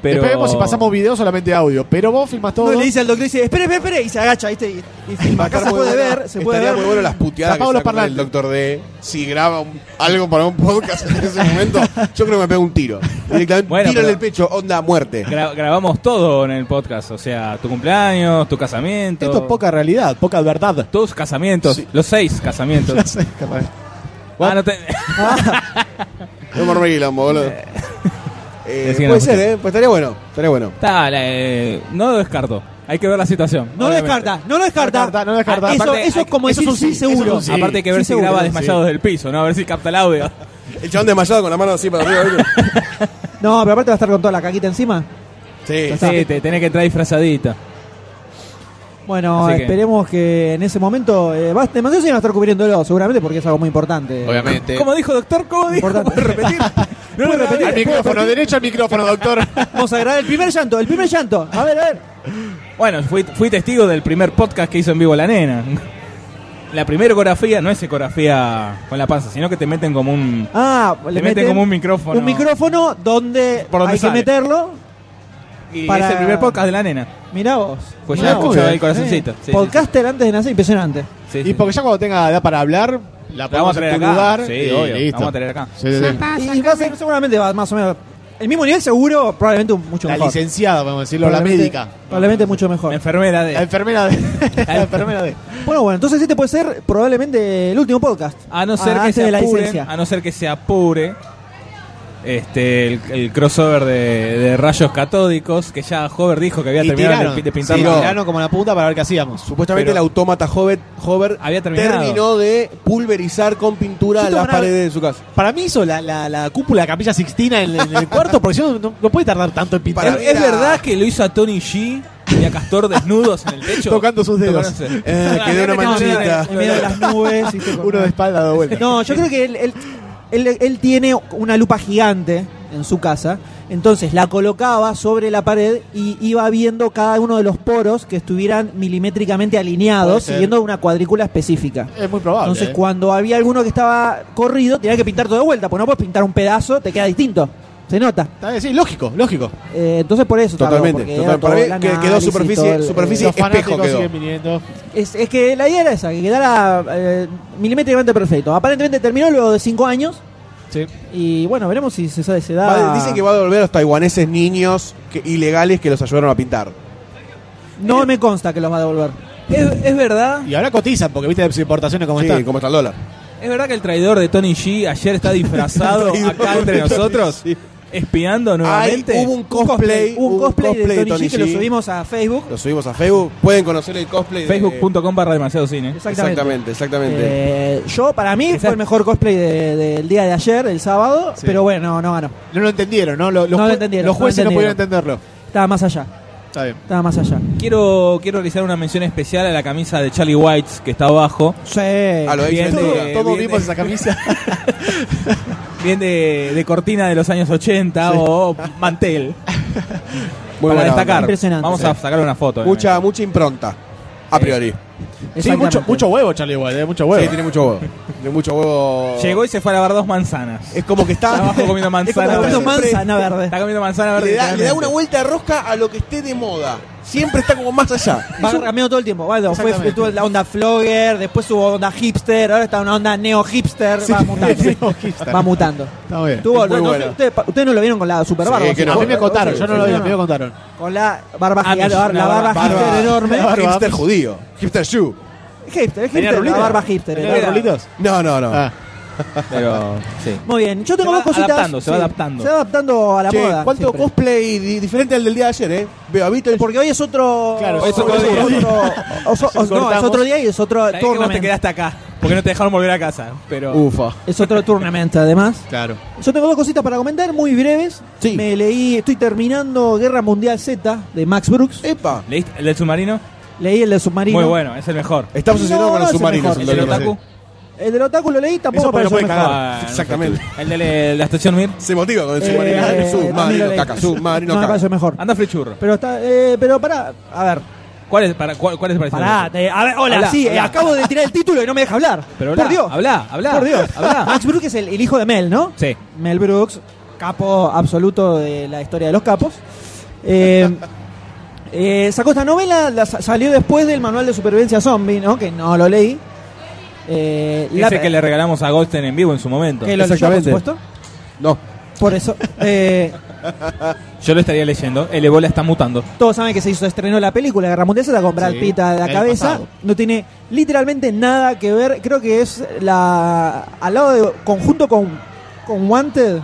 Pero
Después vemos si pasamos video o solamente audio. Pero vos filmás todo.
No le dice al doctor, dice, espere, espere, espere", y se agacha, ¿viste? Y, y filma. acá se
Estaría
puede
muy bueno-
ver, se puede
estaría
ver.
muy bueno las puteadas
Tapado
que
los
saca con el
parlantes.
doctor D. Si graba un- algo para un podcast en ese momento, yo creo que me pega un tiro. Directamente,
Bueno,
tiro en
pero-
el pecho, onda muerte.
Gra- grabamos todo en el podcast, o sea, tu cumpleaños, tu casamiento.
Esto es poca realidad, poca verdad.
Tus casamientos,
Sí.
los seis casamientos. Ah, no te-
No me arme quilombo, boludo. Eh,
Decí que
puede
no
ser, ¿eh? Pues estaría bueno. Estaría bueno.
Está, eh, no lo descarto. Hay que ver la situación.
No lo
obviamente.
descarta, no lo descarta.
No descarta, no descarta.
Ah, Eso,
Aparte,
eso
hay-
es como
eso
decir
es un
sí,
sí, eso es
seguro.
un sí.
Aparte hay que ver
Sí,
si
seguro,
graba
sí.
desmayado del piso, ¿no? A ver si capta el audio.
El chabón desmayado con la mano así para arriba. ¿viste?
No, pero aparte va a estar con toda la caquita encima.
Sí.
Sí, te tenés que entrar disfrazadita.
Bueno,
Así que-
esperemos que en ese momento eh, va, demasiado sí va a estar cubriéndolo, seguramente porque es algo muy importante.
Obviamente.
¿Cómo dijo, doctor? ¿Cómo dijo?
Importante.
¿Puedes repetir?
No lo
Al
repetiré.
micrófono, derecho al micrófono, doctor.
Vamos a grabar el primer llanto, el primer llanto. A ver, a ver.
Bueno, fui, fui testigo del primer podcast que hizo en vivo la nena. La primera ecografía no es ecografía con la panza, sino que te meten como un...
Ah, le
meten como un micrófono.
Un micrófono donde
Por donde
hay
sale.
que meterlo.
Y
Para-
es el primer podcast de la nena.
Mirá vos.
Pues
mirá
ya
vos.
escuchaba
bien.
el corazoncito. Sí, sí,
Podcaster antes de nacer, impresionante.
sí, sí,
Y porque ya cuando tenga edad para hablar, la
La vamos
podemos
a
en
traer
tu
acá.
lugar.
sí,
y
obvio.
listo.
La vamos a traer acá.
Sí, sí, sí.
Ah,
Y va a ser- seguramente va más o menos. El mismo nivel seguro, probablemente un- mucho
La
mejor.
licenciada, vamos a decirlo, la
Probablemente-
médica.
Probablemente mucho mejor.
La enfermera
La
de...
enfermera de. La enfermera de.
Bueno, bueno, entonces este puede ser probablemente el último podcast.
A no ser que
Ah, antes
se
de la
apure,
licencia.
a no ser que se apure este, el, el crossover de, de rayos catódicos, que ya Hover dijo que había
Y
terminado de
tiraron.
pi- de
Sí,
pintarlo.
tiraron como la puta para ver qué hacíamos.
Supuestamente
Pero-
el autómata Hover, Hover
Había terminado.
terminó de pulverizar con pintura
Chicos,
las
van a-
paredes de su casa.
Para mí hizo la, la, la cúpula de Capilla Sixtina en, en el cuarto, porque si no, no, no puede tardar tanto en pintar.
Para
¿Es,
mí
es
era-
verdad que lo hizo a Tony G y a Castor desnudos en el techo?
Tocando sus dedos.
Tocándose.
Eh, quedó una
No, no, no, no,
manchita.
En medio de las nubes. ¿viste? Con-
Uno de espalda de vuelta.
No, yo creo que él, él, él- él tiene una lupa gigante en su casa. Entonces la colocaba sobre la pared y iba viendo cada uno de los poros que estuvieran milimétricamente
Puede
alineados,
ser.
siguiendo una cuadrícula específica.
Es muy probable.
Entonces,
eh.
cuando había alguno que estaba corrido, tenía que pintar todo de vuelta, porque no puedes pintar un pedazo, te queda distinto. Se nota.
Está bien, Sí, lógico, lógico.
Eh, entonces, por eso. tardó,
Totalmente,
porque
total-
era todo
para mí
el
que- quedó
análisis,
superficie-
todo el- eh,
superficie Sí,
Los fanáticos
espejo quedó.
siguen viniendo.
Es, es que la idea era esa, que quedara eh, milimétricamente perfecto. Aparentemente terminó luego de 5 años.
Sí.
Y bueno, veremos si se sabe, se da.
Va- dicen que va a devolver a los taiwaneses niños que- ilegales que los ayudaron a pintar.
No me consta que los va a devolver.
¿Es, es verdad,
Y ahora cotizan, porque viste las importaciones como
Sí,
están.
como está el dólar.
es verdad que el traidor de Tony G ayer está disfrazado acá entre nosotros, espiando
Ahí
nuevamente.
hubo un cosplay.
Un,
hubo
cosplay, de Tony G que lo
G.
subimos a Facebook.
Lo subimos a Facebook. Pueden conocer el cosplay de-
Facebook.com barra demasiado cine.
Exactamente.
Exactamente, exactamente.
Eh, yo, para mí,
Exacto.
fue el mejor cosplay de- del día de ayer, el sábado.
Sí.
Pero bueno, no ganó.
No lo entendieron, ¿no? Lo- Los,
No lo
jue-
entendieron,
los
no
jueces no,
entendieron.
pudieron entenderlo.
Estaba más allá.
Está bien.
Estaba más allá.
Quiero, quiero realizar una mención especial a la camisa de Charlie White que está abajo.
Sí.
A lo
Bien,
ex
todo-
Ventura.
Eh,
Todos
bien,
vimos
eh.
esa camisa.
Bien de, de cortina de los años 80 o mantel.
Muy
para
buena
destacar.
onda.
Impresionante,
Vamos
sí.
a sacar una foto.
Mucha, mucha impronta. A priori.
Sí, mucho, mucho huevo, Charlie, igual, eh, mucho huevo.
Sí, tiene mucho huevo. Tiene mucho
obviamente.
huevo.
Llegó y se fue a lavar dos manzanas.
Es como que está.
Está abajo comiendo
Es como
manzana.
que
Está
verde.
comiendo manzana
Está
verde.
comiendo manzana verde.
Le da, le da una
literalmente.
vuelta de rosca a lo que esté de moda. Siempre está como más allá.
Va cambiando todo el tiempo. Bueno, fue,
Exactamente.
tuvo la onda flogger, después hubo onda hipster, ahora está una onda neo hipster. va mutando. va mutando.
Está bien.
Tuvo-
Es muy
no- no-
buena.
ustedes, pa- ustedes no lo vieron con la super
Sí,
barba.
que no.
A mí me contaron,
Sí,
yo no lo vi, a
no.
mí me contaron.
Con la barba
Ah,
gigante,
me-
la,
una
barba,
barba-
hipster enorme.
barba-
Hipster judío. Hipster shoe.
Hipster, es
¿Tenía
hipster, la
rulito?
barba hipster.
¿Tenía
era.
Era-
rulitos?
No, no, no.
Ah.
Pero sí.
Muy bien, yo tengo
Se va
más cositas.
adaptando, se va adaptando.
Se va adaptando a la
Che,
moda.
¿cuánto
siempre.
cosplay di- diferente al del día de ayer, eh? Veo a Beatles.
Porque hoy es otro.
Claro,
hoy es otro,
hoy es
día.
otro
Os- os- no, es otro día y es otro
Sabés que vos te
tournament.
quedaste acá, porque no te dejaron volver a casa. Pero
Ufa.
Es otro tournament, además.
Claro.
Yo tengo dos cositas para comentar, muy breves.
Sí.
Me leí, estoy terminando Guerra Mundial Z de Max Brooks.
Epa.
¿leíste el del submarino?
leí el del submarino.
Muy bueno, es el mejor.
Está obsesionado
No,
con
no
los
es el
submarinos.
mejor.
el
¿Es el
doctor.
otaku?
El del otaku lo leí, tampoco
Eso
me
porque no puede
pareció mejor.
cagar.
Ah, no,
Exactamente.
El de la estación Mir.
Se motiva con el submarino.
Eh, también lo
submarino,
leí.
caca, submarino,
No me
caca.
pareció mejor.
Anda frichurro.
Pero está, eh, pero pará, a ver,
¿Cuál es, para, cuál, cuál es el parecido?
pará, te- a ver, hola,
Habla,
sí, eh,
habla.
acabo de tirar el título y no me deja hablar.
Pero
Por
habla,
Dios,
habla, habla.
por Dios,
Habla.
Max Brooks es el, el hijo de Mel, ¿no?
Sí.
Mel Brooks, capo absoluto de la historia de los capos. Eh, eh, sacó esta novela, la sa- salió después del manual de supervivencia zombie, ¿no? Que no lo leí. Eh, la-
Ese que le regalamos a Goldstein en vivo en su momento.
que lo leyó, por
Exactamente.
supuesto.
No.
Por eso, eh,
Yo lo estaría leyendo. El Ebola está mutando.
todos saben que se hizo estrenó la película Guerra Mundial Z con Brad
Sí,
Pitt a la
el
cabeza.
pasado.
No tiene literalmente nada que ver. Creo que es la. Al lado de. Conjunto con, con Wanted.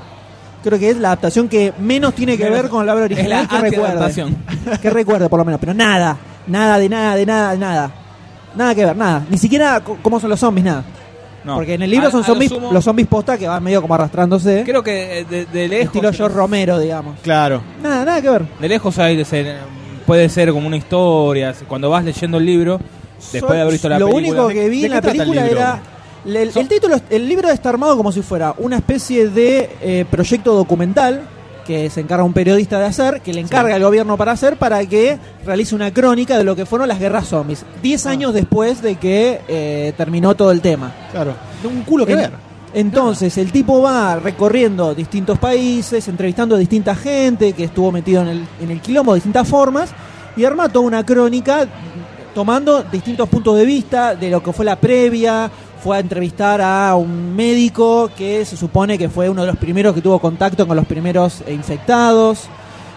Creo que es la adaptación que menos tiene que
Menos-
ver con la obra original
es la
que recuerde.
antiadaptación.
que recuerde, por lo menos. Pero nada. Nada de nada, de nada, de nada. Nada que ver, nada. Ni siquiera co- cómo son los zombies, nada.
No.
Porque en el libro
A-
son
a lo
zombies,
sumo,
los zombies posta que van medio como arrastrándose.
Creo que eh, de, de lejos.
estilo George Romero, digamos.
Claro.
Nada, nada que ver.
De lejos hay de ser- puede ser como una historia. si- Cuando vas leyendo el libro, después
Sol-
de haber visto la
lo
película.
único que vi
¿De
en
qué
la
trata el
película
libro?
era. El, el
Son-
título, el libro está armado como si fuera una especie de eh, proyecto documental que se encarga un periodista de hacer, que le encarga el gobierno para hacer, para que realice una crónica de lo que fueron las guerras zombies.
Ah.
Diez años después de que eh, terminó todo el tema.
Claro. Un culo
En- Entonces, el tipo va recorriendo distintos países, entrevistando a distinta gente que estuvo metido en el, en el quilombo de distintas formas y arma toda una crónica tomando distintos puntos de vista de lo que fue la previa. Fue a entrevistar a un médico que se supone que fue uno de los primeros que tuvo contacto con los primeros eh, infectados,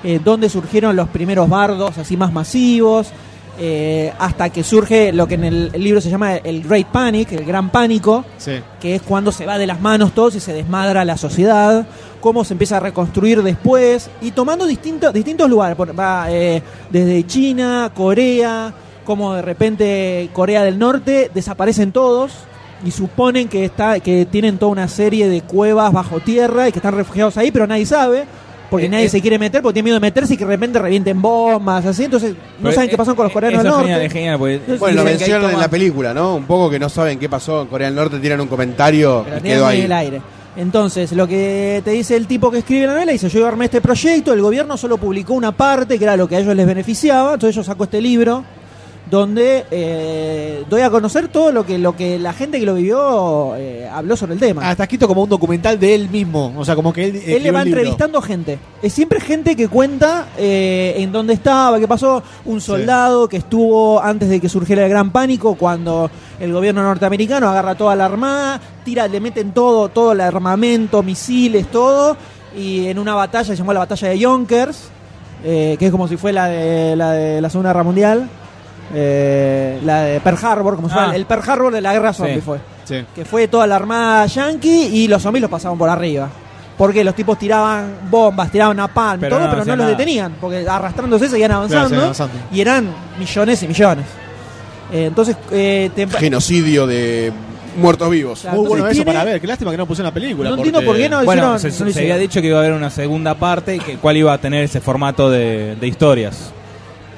eh, donde surgieron los primeros bardos así más masivos, eh, hasta que surge lo que en el libro se llama el Great Panic, el Gran Pánico,
Sí.
que es cuando se va de las manos todo y se desmadra la sociedad, cómo se empieza a reconstruir después, y tomando distintos distintos lugares, por- va eh, desde China, Corea, cómo de repente Corea del Norte desaparecen todos y suponen que está que tienen toda una serie de cuevas bajo tierra y que están refugiados ahí, pero nadie sabe. Porque
Eh,
nadie
eh,
se quiere meter, porque tiene miedo de meterse y que de repente revienten bombas, así. Entonces, no
Pero,
saben qué
eh,
pasó con los coreanos del
eso es
norte.
genial, es genial, porque-
Entonces,
Bueno, lo
dicen que ahí
mencionan en
toma-
la película, ¿no? Un poco que no saben qué pasó en Corea del Norte, tiran un comentario
Pero
y quedó
tiene
ahí.
el aire. Entonces, lo que te dice el tipo que escribe la novela, dice, yo armé este proyecto, el gobierno solo publicó una parte, que era lo que a ellos les beneficiaba, entonces yo saco este libro, donde eh, doy a conocer todo lo que, lo que la gente que lo vivió eh, habló sobre el
Ah,
tema.
Hasta Ah, escrito como un documental de él mismo. O sea, como que él.
Él le va entrevistando gente. Es siempre gente que cuenta eh, en dónde estaba, qué pasó. Un soldado que estuvo antes de que surgiera el gran pánico, cuando el gobierno norteamericano agarra toda la armada, tira, le meten todo, todo el armamento, misiles, todo. Y en una batalla, se llamó la batalla de Yonkers, eh, que es como si fue la de la, de la Segunda Guerra Mundial. eh, la de Pearl Harbor, como si
Ah.
fuera el Pearl Harbor de la guerra zombie
Sí.
fue
Sí.
que fue toda la armada yankee y los zombies los pasaban por arriba. Porque los tipos tiraban bombas, tiraban napalm,
Pero
todo,
no
pero no
hacían
los
nada.
detenían, porque arrastrándose seguían avanzando,
seguían avanzando.
y eran millones y millones. Eh, entonces, eh, te-
Genocidio de muertos vivos.
Claro.
Muy bueno
Entonces
eso
tiene-
para ver. Qué lástima que no pusieron la película.
no entiendo por
porque-
qué no hicieron...
Eh, Bueno, se,
no lo
se
hicieron.
había dicho que iba a haber una segunda parte, y que cuál iba a tener ese formato de, de historias.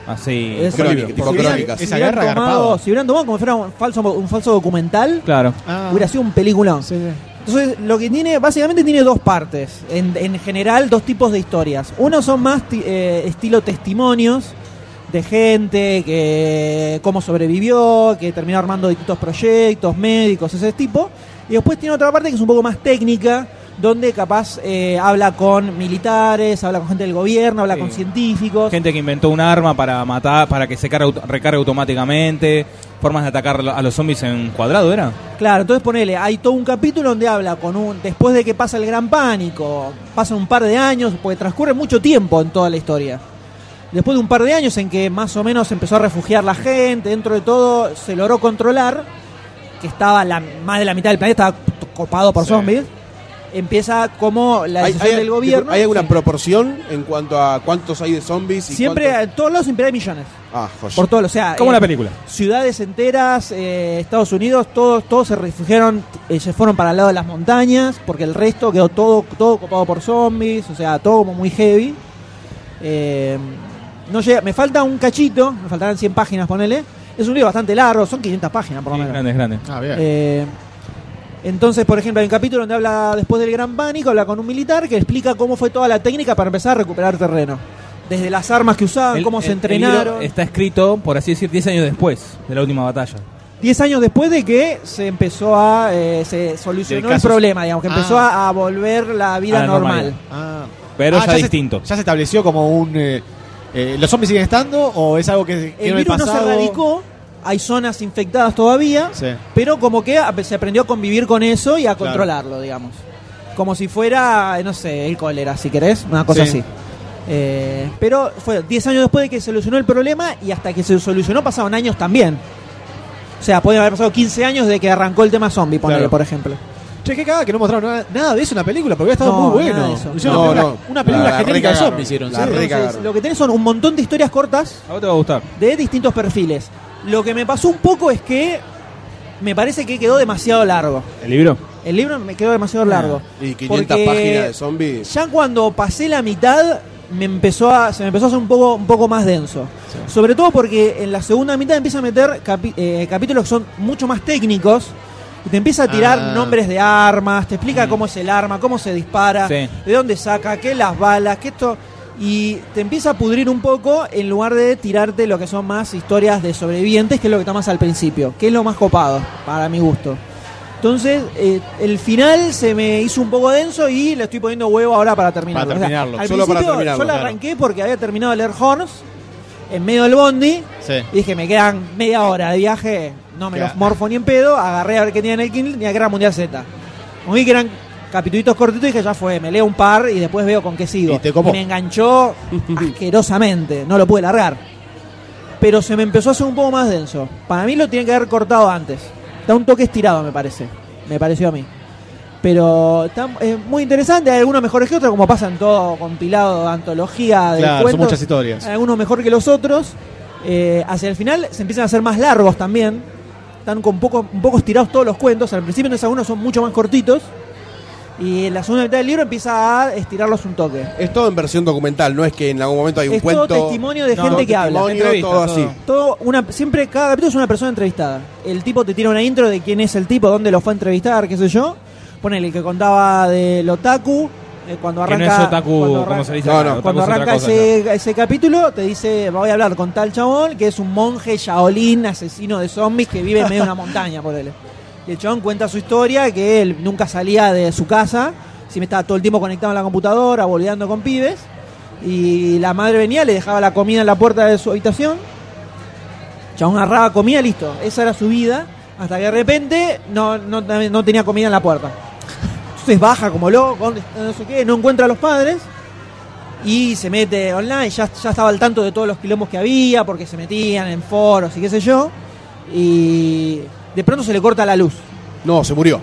Así.
Es-
Crónica, tipo
Sí,
crónicas.
sí.
si
esa
hubieran,
guerra
tomado,
garpado.
si hubieran tomado como si fuera un falso, un falso documental,
Claro.
Ah.
hubiera sido un peliculón.
Sí, sí.
Entonces, lo que tiene, básicamente tiene dos partes, en, en general dos tipos de historias. Uno son más ti- eh, estilo testimonios de gente que cómo sobrevivió, que terminó armando distintos proyectos, médicos, ese tipo. Y después tiene otra parte que es un poco más técnica, donde capaz eh, habla con militares, habla con gente del gobierno, habla
Sí.
con científicos.
Gente que inventó un arma para matar, para que se cargue auto- recargue automáticamente, formas de atacar a los zombies en cuadrado, ¿era?
Claro, entonces ponele, hay todo un capítulo donde habla con un. Después de que pasa el gran pánico, pasan un par de años, porque transcurre mucho tiempo en toda la historia. Después de un par de años en que más o menos empezó a refugiar la gente, dentro de todo se logró controlar, que estaba la, más de la mitad del planeta estaba copado por
Sí.
zombies. Empieza como la
¿Hay,
decisión
hay-
del gobierno.
¿Hay alguna
Sí.
proporción en cuanto a cuántos hay de zombies? Y
Siempre,
cuántos-
en todos lados siempre hay millones.
Ah, joya.
Por todo, o sea.
Como
eh,
una película.
ciudades enteras, eh, Estados Unidos, todos, todos se refugiaron, eh, se fueron para el lado de las montañas, porque el resto quedó todo, todo copado por zombies, o sea, todo como muy heavy. Eh, no llega, me falta un cachito, me faltarán 100 páginas, ponele. Es un libro bastante largo, son 500 páginas por lo
Sí,
menos.
grande, es grande.
Ah, bien.
Eh, entonces, por ejemplo, hay un capítulo donde habla después del gran pánico, habla con un militar que explica cómo fue toda la técnica para empezar a recuperar terreno. Desde las armas que usaban, Ah,
El-
cómo se
el- el libro
entrenaron.
está escrito, por así decir, 10 años después de la última batalla.
10 años después de que se empezó a. eh, se solucionó
Del
el
caso-
problema, digamos, que empezó a, a volver la
A
vida
la
normal.
Ah.
Pero ya
se-
distinto.
ya se estableció como un. eh, eh, ¿Los zombies siguen estando o es algo que, que
El
en
virus no se
pasado-
erradicó, hay zonas infectadas todavía,
Sí.
pero como que ap- se aprendió a convivir con eso y a
Claro.
controlarlo, digamos. Como si fuera, eh, no sé, el cólera, si querés, una cosa
Sí.
así. Eh, pero fue 10 años después de que se solucionó el problema y hasta que se solucionó pasaron años también. O sea, pueden haber pasado 15 años de que arrancó el tema zombie, ponele,
Claro.
por ejemplo.
Che, qué cagada que no mostraron nada, nada de eso en la película, porque había estado
No,
muy bueno.
nada de eso.
Hicieron
No,
una
no.
película, una película
La
genérica de
recagaron.
zombies hicieron.
La
sí.
re-
Entonces,
cagaron.
lo que tenés son un montón de historias cortas
A vos te va a gustar.
de distintos perfiles. Lo que me pasó un poco es que me parece que quedó demasiado largo.
¿El libro?
El libro me quedó demasiado largo.
Ah, Y 500
Porque
páginas de zombies.
Ya cuando pasé la mitad me empezó a, se me empezó a hacer un poco, un poco más denso. Sobre todo porque en la segunda mitad empieza a meter capi- eh, capítulos que son mucho más técnicos. Y te empieza a tirar
Ah.
nombres de armas, te explica cómo es el arma, cómo se dispara,
Sí.
de dónde saca, qué las balas, qué esto. Y te empieza a pudrir un poco en lugar de tirarte lo que son más historias de sobrevivientes, que es lo que tomas al principio, que es lo más copado, para mi gusto. Entonces, eh, el final se me hizo un poco denso y le estoy poniendo huevo ahora para terminarlo.
Para terminarlo,
al
solo para
principio
terminarlo,
Yo la
claro.
arranqué porque había terminado de leer Horns en medio del bondi
Sí.
y dije, me quedan media hora de viaje, no me
Claro.
los morfo ni en pedo, agarré a ver qué tenía en el Kindle ni a Guerra Mundial Z. Como vi que eran capitulitos cortitos y dije, ya fue, me leo un par y después veo con qué sigo.
Y te copó.
me enganchó asquerosamente, no lo pude largar. Pero se me empezó a hacer un poco más denso. Para mí lo tiene que haber cortado antes. Está un toque estirado, me parece. Me pareció a mí. Pero está eh, muy interesante. Hay algunos mejores que otros, como pasa en todo compilado, antología de
Claro, son
cuentos.
muchas historias.
Hay algunos mejor que los otros. Eh, hacia el final se empiezan a hacer más largos también. Están con poco, un poco estirados todos los cuentos. Al principio entonces, algunos son mucho más cortitos. Y en la segunda mitad del libro empieza a estirarlos un toque.
Es todo en versión documental, no es que en algún momento hay un
es
cuento.
todo testimonio de
No,
gente que habla.
testimonio,
Entrevista,
todo
todo.
así.
Todo una, siempre cada capítulo es una persona entrevistada. El tipo te tira una intro de quién es el tipo, dónde lo fue a entrevistar, qué sé yo. Ponele el que contaba del otaku, eh, cuando
Que
arranca...
no es otaku,
cuando
como
arranca-
se dice.
No,
acá,
no.
otaku
cuando
es otra
arranca
cosa,
ese, ese capítulo, te dice, voy a hablar con tal chabón, que es un monje shaolin, asesino de zombies, que vive en medio de una montaña, por él. Y el chabón cuenta su historia, que él nunca salía de su casa, siempre estaba todo el tiempo conectado a la computadora, boludeando con pibes. Y la madre venía, le dejaba la comida en la puerta de su habitación. El Chabón agarraba comida, listo. Esa era su vida. Hasta que de repente no, no, no tenía comida en la puerta. Entonces baja como loco, ¿dónde está? no sé qué, no encuentra a los padres. Y se mete online, ya, ya estaba al tanto de todos los quilombos que había, porque se metían en foros y qué sé yo. Y de pronto se le corta la luz
No, se murió.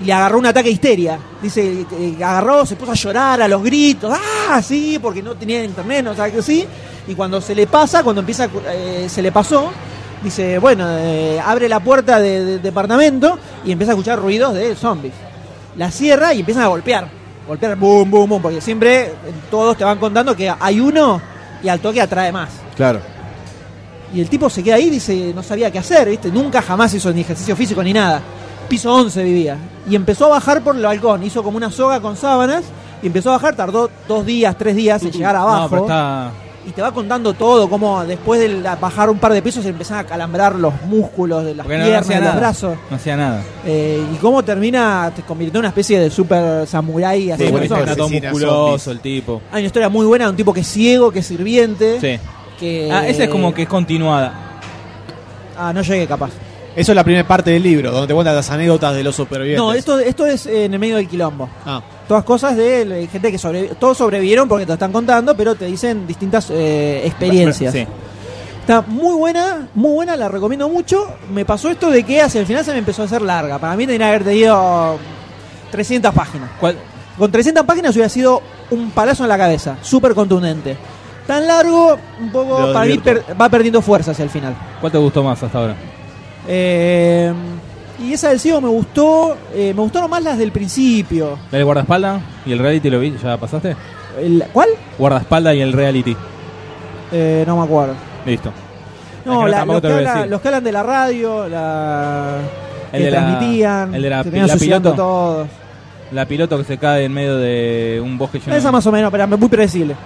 y le agarró un ataque de histeria. Dice, eh, agarró, se puso a llorar a los gritos, ah, sí, porque no tenía internet, no sabe que sí. Y cuando se le pasa, cuando empieza, a cu- eh, se le pasó, dice, bueno, eh, abre la puerta de- del departamento y empieza a escuchar ruidos de zombies. La cierra y empiezan a golpear, golpear, boom, boom, boom, porque siempre eh, todos te van contando que hay uno y al toque atrae más.
Claro.
Y el tipo se queda ahí, dice, no sabía qué hacer, ¿viste? Nunca jamás hizo ni ejercicio físico ni nada. Piso 11 vivía. Y empezó a bajar por el balcón, hizo como una soga con sábanas y empezó a bajar, tardó dos días, tres días en llegar
Mm, No,
abajo.
pero está...
y te va contando todo, como después de la- bajar un par de pesos empiezan a calambrar los músculos de las
Porque no, no
piernas,
hacía
de los
nada.
brazos.
No hacía nada.
Eh, y cómo termina te convirtiendo en una especie de super samurái. así
Sí,
como
bueno,
son.
está-
Era todo
asesina
musculoso
zombies.
el tipo.
Hay una historia muy buena de un tipo que es ciego, que es sirviente.
Sí.
Que...
Ah, esa es como que es continuada.
Ah, no llegué capaz.
Eso es la primera parte del libro, donde te cuentan las anécdotas de los supervivientes.
No, esto, esto es eh, en el medio del quilombo.
Ah,
Todas cosas de la gente que sobrevi- todos sobrevivieron porque te lo están contando, pero te dicen distintas eh, experiencias.
Sí.
Está muy buena, muy buena, la recomiendo mucho. Me pasó esto de que hacia el final se me empezó a hacer larga. Para mí tendría que haber tenido 300 páginas.
¿Cuál?
Con 300 páginas hubiera sido un palazo en la cabeza, súper contundente. Tan largo, un poco
Lo
para mí
advierto.
per- va perdiendo fuerza hacia el final.
¿Cuál te gustó más hasta ahora?
Eh, y esa del ciego me gustó, eh, me gustaron más las del principio.
¿El guardaespaldas y el reality lo vi? ¿Ya pasaste?
El- ¿Cuál?
Guardaespaldas y el reality.
Eh, no me acuerdo.
Listo. Es
No,
que no,
la-
tampoco
los, que
te lo voy a
habla-
decir.
los que hablan de la radio, la
El
que
de la-
transmitían,
el de la-
se terminan
la
asociando
piloto.
todos.
La piloto que se cae en medio de un bosque lleno
Esa
de-
más o menos, pero muy predecible.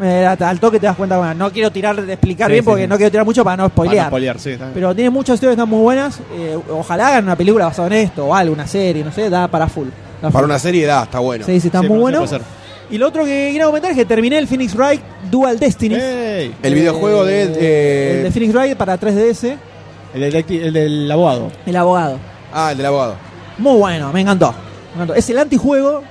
Eh, al- al toque te das cuenta, bueno, no quiero tirar de explicar
Sí,
bien
sí,
porque
sí.
no quiero tirar mucho para no
para no
spoilear.
spoilear, sí, está bien.
pero tiene muchas historias que están muy buenas. eh, ojalá hagan una película basada en esto o algo, una serie, no sé, da para full. Da full.
Para una serie da, está bueno.
Ah, Sí, sí, está
Sí,
muy
pero
bueno.
no se puede
Y lo otro que quiero comentar es que terminé el Phoenix Wright Dual Destiny.
Eh.
¡Ey!
El videojuego de, eh,
el de Phoenix Wright para 3DS,
El, detecti- el del abogado.
El Abogado.
Ah, el del abogado.
Muy bueno, me encantó. Me encantó. Es el antijuego.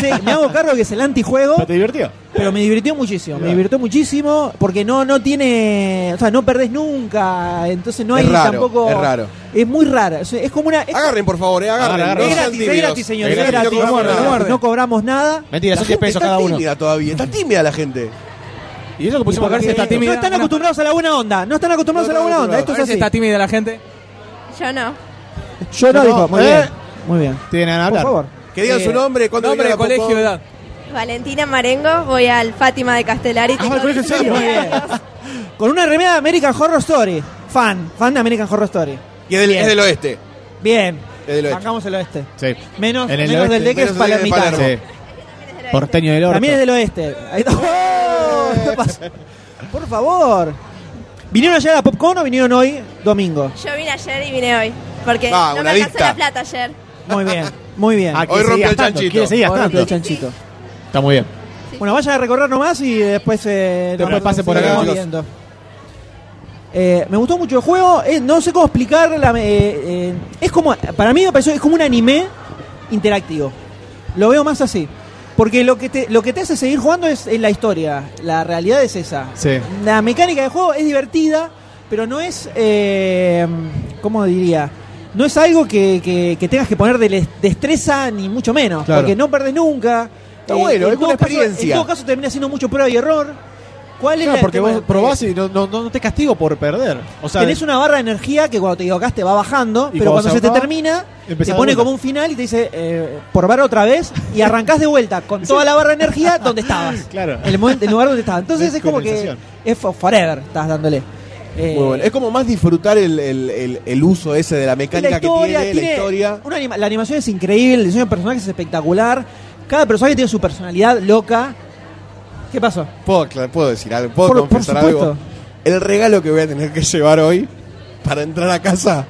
Sí, me hago cargo que es el antijuego.
¿Pero te divirtió?
Pero me divirtió muchísimo, me
Mirá.
divirtió muchísimo porque no no tiene, o sea, no perdés nunca, entonces no
Es
hay
raro,
tampoco
es raro.
Es muy raro, es, es como una es,
Agarren, por favor, eh, agarren.
Agarra, agarra.
no
es
sean
gratis, es
tímidos.
gratis, señor, es
no
gratis, no
cobramos
cobramos,
nada.
nada. no cobramos nada.
Mentira,
La
son 10
gente
pesos
está
cada uno.
tímida todavía, está tímida la gente.
Y eso que
pusimos
pusimos acá
acá está
No
tímida.
están
Una-
acostumbrados a la buena onda, no están acostumbrados
No
a la buena onda,
están
esto
A
es
ver si
así.
está tímida la gente.
Yo no.
Yo no
No,
dijo, muy
eh.
bien. Muy bien.
Tienen a
Por
hablar.
favor.
Que digan
Eh,
su nombre, cuándo
Nombre,
vinieron a
colegio,
Popó.
edad.
Valentina Marengo, voy al Fátima de Castelar y tengo
al colegio en serio.
19 años.
Con una remera de American Horror Story, fan, fan de American Horror Story.
Y es del, es del oeste.
Bien.
Es del oeste.
Bajamos el oeste.
Sí.
Menos,
En el
menos
oeste,
del de que es
menos del de
palermitano.
Palermo.
Sí. Porteño del orto.
También es del oeste. Ahí está. ¡Oh! Pasó. Por favor. ¿Vinieron ayer a Popcorn o vinieron hoy, domingo?
Yo vine ayer y vine hoy. Porque
Ah,
no
una
me alcanzó
adicta.
la plata ayer.
Muy bien, muy bien.
Ah,
Ahora
quiere
Hoy rompió
seguir
el
gastando,
chanchito.
Quiere seguir
rompe
gastando.
el chanchito.
Está muy bien.
Bueno, vayan a recorrer nomás y después... Eh,
Después
nos-
pase por
nos
acá,
seguimos
chicos.
viendo. Eh, me gustó mucho el juego. eh, no sé cómo explicar. la- eh, eh, es como, para mí me pareció es como un anime interactivo. Lo veo más así. Porque lo que te, lo que te hace seguir jugando es, es la historia. La realidad es esa.
Sí.
La mecánica del juego es divertida, pero no es. Eh, ¿Cómo diría? No es algo que, que- que tengas que poner de les- destreza, ni mucho menos.
Claro.
Porque no perdes nunca. Eh,
Está bueno,
en
es una
todo caso-
experiencia.
en todo caso, termina siendo mucho prueba y error. ¿Cuál es
Claro,
la-
porque
el tema?
vos probás y no, no, no no te castigo por perder. O sea,
Tenés una barra de energía que cuando te equivocás te va bajando,
Y
pero
cuando
cuando se,
se
te
acaba,
termina,
empezás
te
de
pone
vuelta.
como un final y te dice, eh, por bar otra vez, y arrancás de vuelta con toda la barra de energía donde estabas.
Claro.
El, momento, el lugar donde estabas. Entonces es como que
Descolonización.
es for- forever, estás dándole. Eh,
Muy bueno. Es como más disfrutar el, el- el- el uso ese de la mecánica que tiene, la historia.
una anima- la animación es increíble, el diseño de personajes es espectacular. Cada personaje tiene su personalidad loca. ¿Qué pasó?
¿Puedo, aclar- puedo decir algo? ¿Puedo
Por- por
confesar
supuesto.
algo? El regalo que voy a tener que llevar hoy para entrar a casa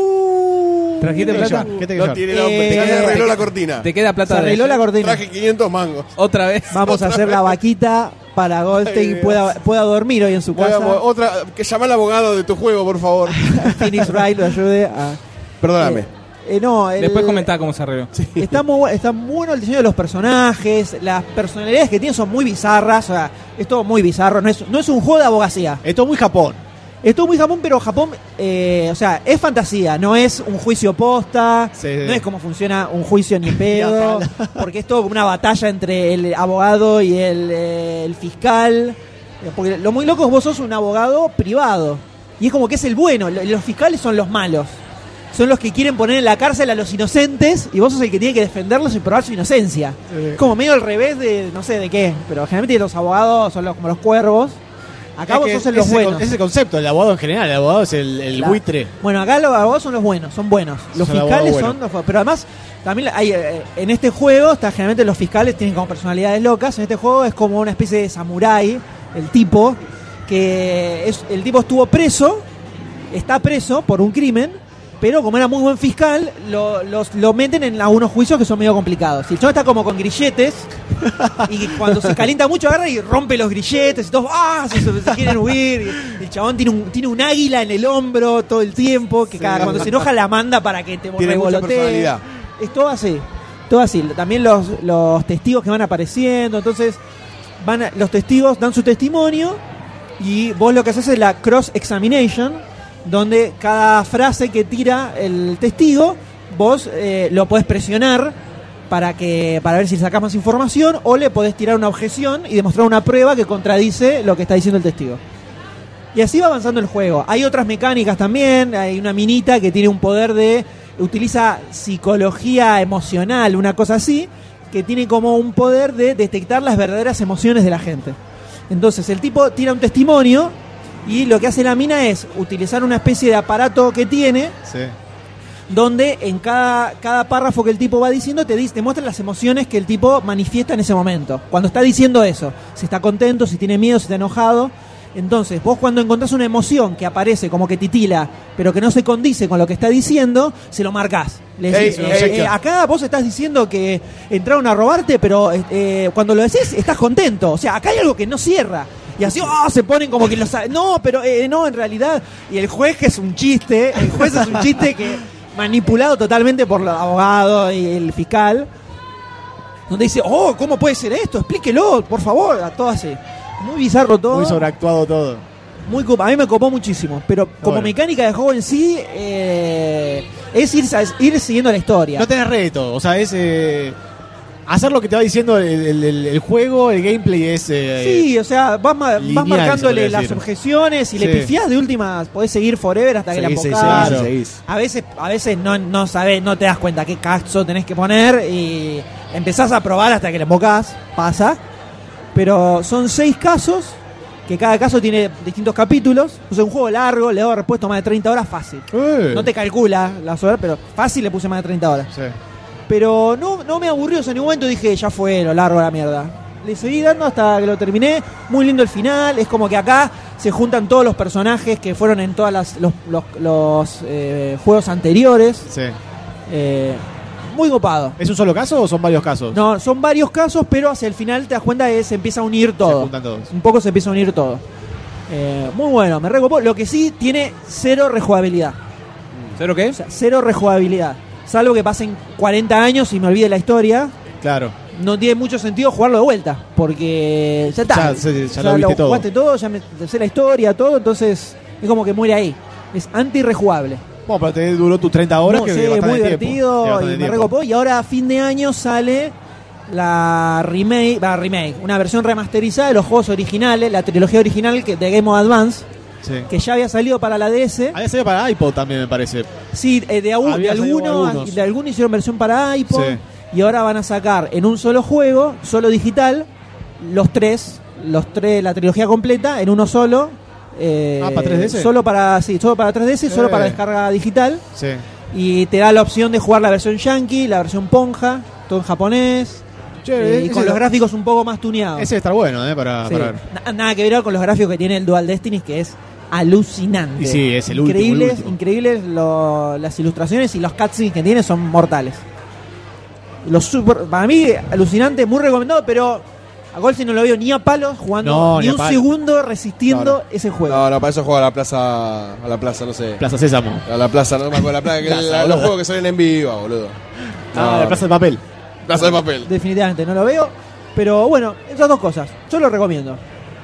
Uh,
¿Trajiste
¿Qué te
plata?
llevar? ¿Qué te
no
llevar?
tiene
Eh,
nombre.
eh,
Se arregló
te-
la cortina.
¿Te queda plata
Se
de
arregló la
ayer?
cortina.
Traje 500 mangos.
Otra vez.
Vamos a hacer la vaquita para Goldstein
Dios.
pueda, pueda dormir hoy en su
Voy a-
casa.
otra, que llama al abogado de tu juego, por favor.
Phoenix Wright lo ayude a.
Perdóname.
Eh, eh, no, el-
Después comentá cómo se arregló.
Está muy, bu- está muy bueno el diseño de los personajes, las personalidades que tiene son muy bizarras, o sea, es todo muy bizarro, no es, no es un juego de abogacía.
Esto es muy Japón.
Es todo muy Japón, pero Japón, eh, o sea, es fantasía, no es un juicio posta,
Sí, sí.
no es como funciona un juicio ni pedo,
Ya,
porque es todo como una batalla entre el abogado y el, eh, el fiscal. Eh, Porque lo muy loco es vos sos un abogado privado, y es como que es el bueno, lo- los fiscales son los malos. Son los que quieren poner en la cárcel a los inocentes y vos sos el que tiene que defenderlos y probar su inocencia. Es como medio al revés de, no sé de qué, pero generalmente los abogados son los, como los cuervos Acá
Es
vos
que
sos los
ese
buenos.
con- ese es el concepto, el abogado en general, el abogado es el, el
Claro.
buitre.
Bueno, acá los abogados son los buenos, son buenos. Los
Son abogados
fiscales
buenos.
son los buenos. Pero además, también hay, eh, en este juego, está, generalmente los fiscales tienen como personalidades locas. En este juego es como una especie de samurái, el tipo, que es, el tipo estuvo preso, está preso por un crimen, pero como era muy buen fiscal, lo, los, lo meten en algunos juicios que son medio complicados. Y el chavo está como con grilletes, y cuando se calienta mucho agarra y rompe los grilletes y todos ¡ah! se, se- se quieren huir. Y el chabón tiene un, tiene un águila en el hombro todo el tiempo, que cada, cuando se enoja la manda para que te
Tiene mucha
revolotee.
personalidad.
Es todo así, todo así. También los, los testigos que van apareciendo, entonces van a- los testigos dan su testimonio y vos lo que haces es la cross examination, donde cada frase que tira el testigo, vos eh, lo podés presionar para que para ver si sacás más información o le podés tirar una objeción y demostrar una prueba que contradice lo que está diciendo el testigo. Y así va avanzando el juego. Hay otras mecánicas también, hay una minita que tiene un poder de utiliza psicología emocional, una cosa así, que tiene como un poder de detectar las verdaderas emociones de la gente. Entonces, el tipo tira un testimonio y lo que hace la mina es utilizar una especie de aparato que tiene donde en cada, cada párrafo que el tipo va diciendo te, dice, te muestra las emociones que el tipo manifiesta en ese momento. Cuando está diciendo eso, si está contento, si tiene miedo, si está enojado. Entonces, vos cuando encontrás una emoción que aparece como que titila, pero que no se condice con lo que está diciendo, se lo marcás. Le
Ey,
decís,
se lo
eh,
chequeas.
eh, acá vos estás diciendo que entraron a robarte, pero eh, eh, cuando lo decís estás contento. O sea, acá hay algo que no cierra. Y así ah, se ponen como que lo saben. No, pero eh, no, en realidad. Y el juez que es un chiste, el juez es un chiste que manipulado totalmente por los abogados y el fiscal. Donde dice, oh, ¿cómo puede ser esto? Explíquelo, por favor, a todo así. Muy bizarro todo.
Muy sobreactuado todo.
Muy copa, a mí me copó muchísimo. Pero como
bueno.
mecánica de juego en sí, eh, es ir, sa- ir siguiendo la historia.
No tenés reto, o sea, es eh, hacer lo que te va diciendo el, el- el- el juego, el gameplay es... eh,
Sí, o sea, vas, ma- vas
lineal,
marcándole
se podría
las
decir.
objeciones y le
Sí.
pifiás de últimas, podés seguir forever hasta que
Seguís,
la
seguís,
apocás.
claro.
seguís, seguís.
A veces, a veces no, no sabés, no te das cuenta qué caso tenés que poner y empezás a probar hasta que le embocás, pasa. Pero son seis casos, que cada caso tiene distintos capítulos. O sea, un juego largo, le doy respuesta más de 30 horas fácil.
eh,
No te calcula la horas, pero fácil le puse más de 30 horas.
sí.
Pero no, no me aburrió, o sea, en ningún momento dije, ya fue, lo largo de la mierda. Le seguí dando hasta que lo terminé. Muy lindo el final. Es como que acá se juntan todos los personajes que fueron en todos los, los, los, eh, juegos anteriores.
sí.
Eh, muy copado.
¿Es un solo caso o son varios casos?
No, son varios casos, pero hacia el final te das cuenta que se empieza a unir
Se
todo.
juntan todos.
Un poco se empieza a unir todo. Eh, muy bueno, me recopó. Lo que sí tiene cero rejugabilidad.
¿Cero qué?
O sea, cero rejugabilidad. Salvo que pasen 40 años y me olvide la historia
Claro.
no tiene mucho sentido jugarlo de vuelta, porque ya está.
Ya, sí, ya lo viste todo.
jugaste todo, ya me te sé la historia, todo, entonces es como que muere ahí. Es anti-rejugable.
Bueno, pero te duró tus 30 horas
No,
que
sí,
lleva bastante
muy
tiempo. Lleva
divertido
bastante
y me
tiempo.
recopó. Y ahora a fin de año sale la remake, va, remake, una versión remasterizada de los juegos originales, la trilogía original que, de Game of Advance,
Sí.
que ya había salido para la DS.
Había salido para iPod también, me parece.
Sí, eh, de, aún- de
Había salido
algunos, ah,
algunos.
de algunos hicieron versión para iPod
Sí.
y ahora van a sacar en un solo juego, solo digital, los tres, los tres, la trilogía completa en uno solo. eh,
Ah, ¿para 3DS?
Solo para, sí, solo para 3DS y solo
Eh.
para descarga digital.
Sí.
Y te da la opción de jugar la versión yankee, la versión ponja, todo en japonés. eh, y con los gráficos un poco más tuneados.
Ese está bueno, ¿eh? Para,
Sí.
para ver.
Na- nada que ver con los gráficos que tiene el Dual Destiny, que es alucinante.
Y sí, es el último,
increíbles,
el último.
Increíbles lo- las ilustraciones y los cutscenes que tiene son mortales. Los super, para mí, alucinante, muy recomendado, pero a Golsi no lo veo ni a palos jugando
No,
ni,
ni a
un
palos.
segundo resistiendo
No, no.
ese juego.
No, no, para eso juego a la plaza. A la plaza, no sé.
Plaza Sésamo.
A la plaza, no me acuerdo. La plaza, que-
Plaza,
la- los
boludo.
juegos que salen en vivo, boludo.
Ah,
No,
la Plaza del Papel.
Plaza de papel.
Definitivamente no lo veo. Pero bueno, esas dos cosas. Yo lo recomiendo.
Ah,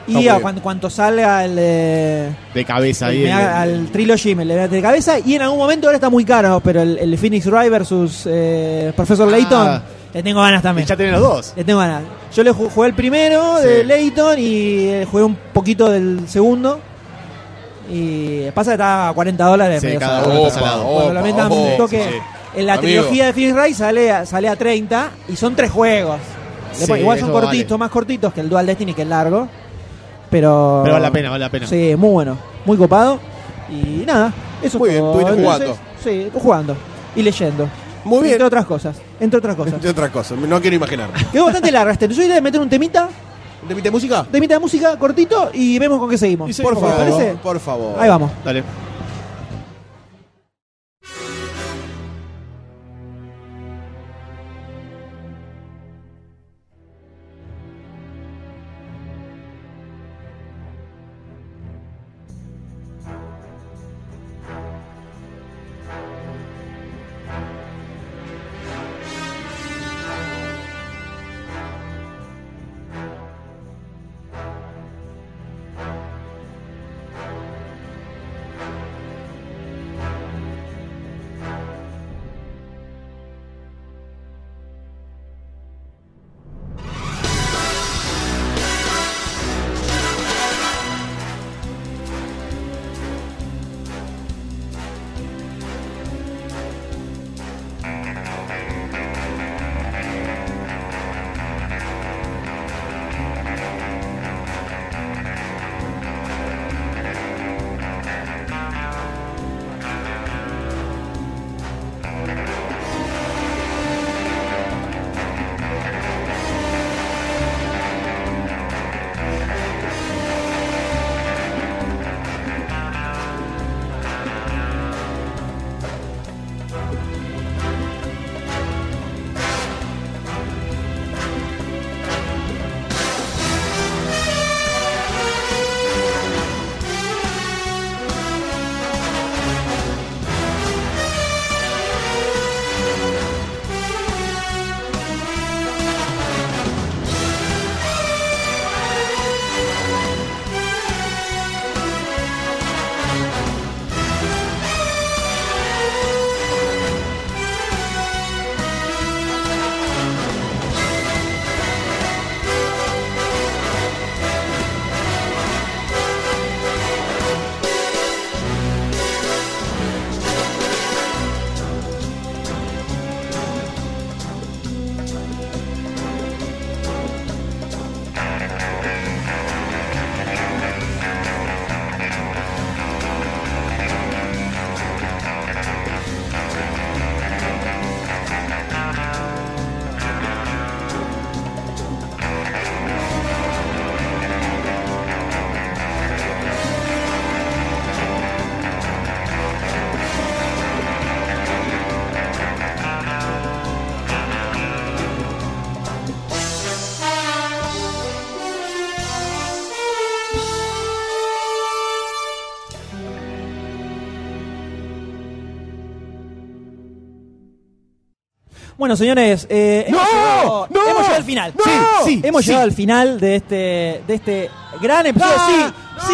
Está muy
Y a
bien.
cuan- cuanto salga el. eh,
De cabeza ahí.
Me
el-
haga al trilogy me le mete de cabeza y en algún momento ahora está muy caro, pero el, el Phoenix Wright versus eh, Professor
Ah.
Layton le tengo ganas
Y
también.
ya tienen los dos.
Le tengo ganas. Yo le ju- jugué el primero de
Sí.
Layton y eh, jugué un poquito del segundo. Y pasa que está a 40 dólares.
Sí,
medio
cada
salado.
uno está
Opa,
salado.
opa,
Cuando lo metan
opa.
un toque.
Sí, sí,
En la
Amigo.
trilogía de Phoenix Wright sale a, sale a 30 y son tres juegos. Le
Sí,
pon- igual son
eso
cortitos,
vale.
más cortitos que el Dual Destiny, que el largo. Pero,
Pero vale la pena, vale la pena.
Sí, muy bueno, muy copado. Y nada, eso
Muy
es
bien,
todo.
estuviste
Entonces, Sí, jugando y leyendo.
Muy bien.
Entre otras cosas. Entre otras cosas.
De otra cosa, no quiero imaginar.
Quedó bastante larga este. Yo idea de meter un temita,
¿Te pite música?
temita de música cortito y vemos con qué seguimos.
Y seguimos,
Por
¿Te
favor,
parece?
por favor.
Ahí vamos.
Dale.
Bueno, señores, eh, hemos,
¡No!
llegado,
¡No!
hemos llegado al final.
¡No!
Sí, sí, hemos
sí.
llegado al final de este, de este gran episodio.
¡No!
sí, sí,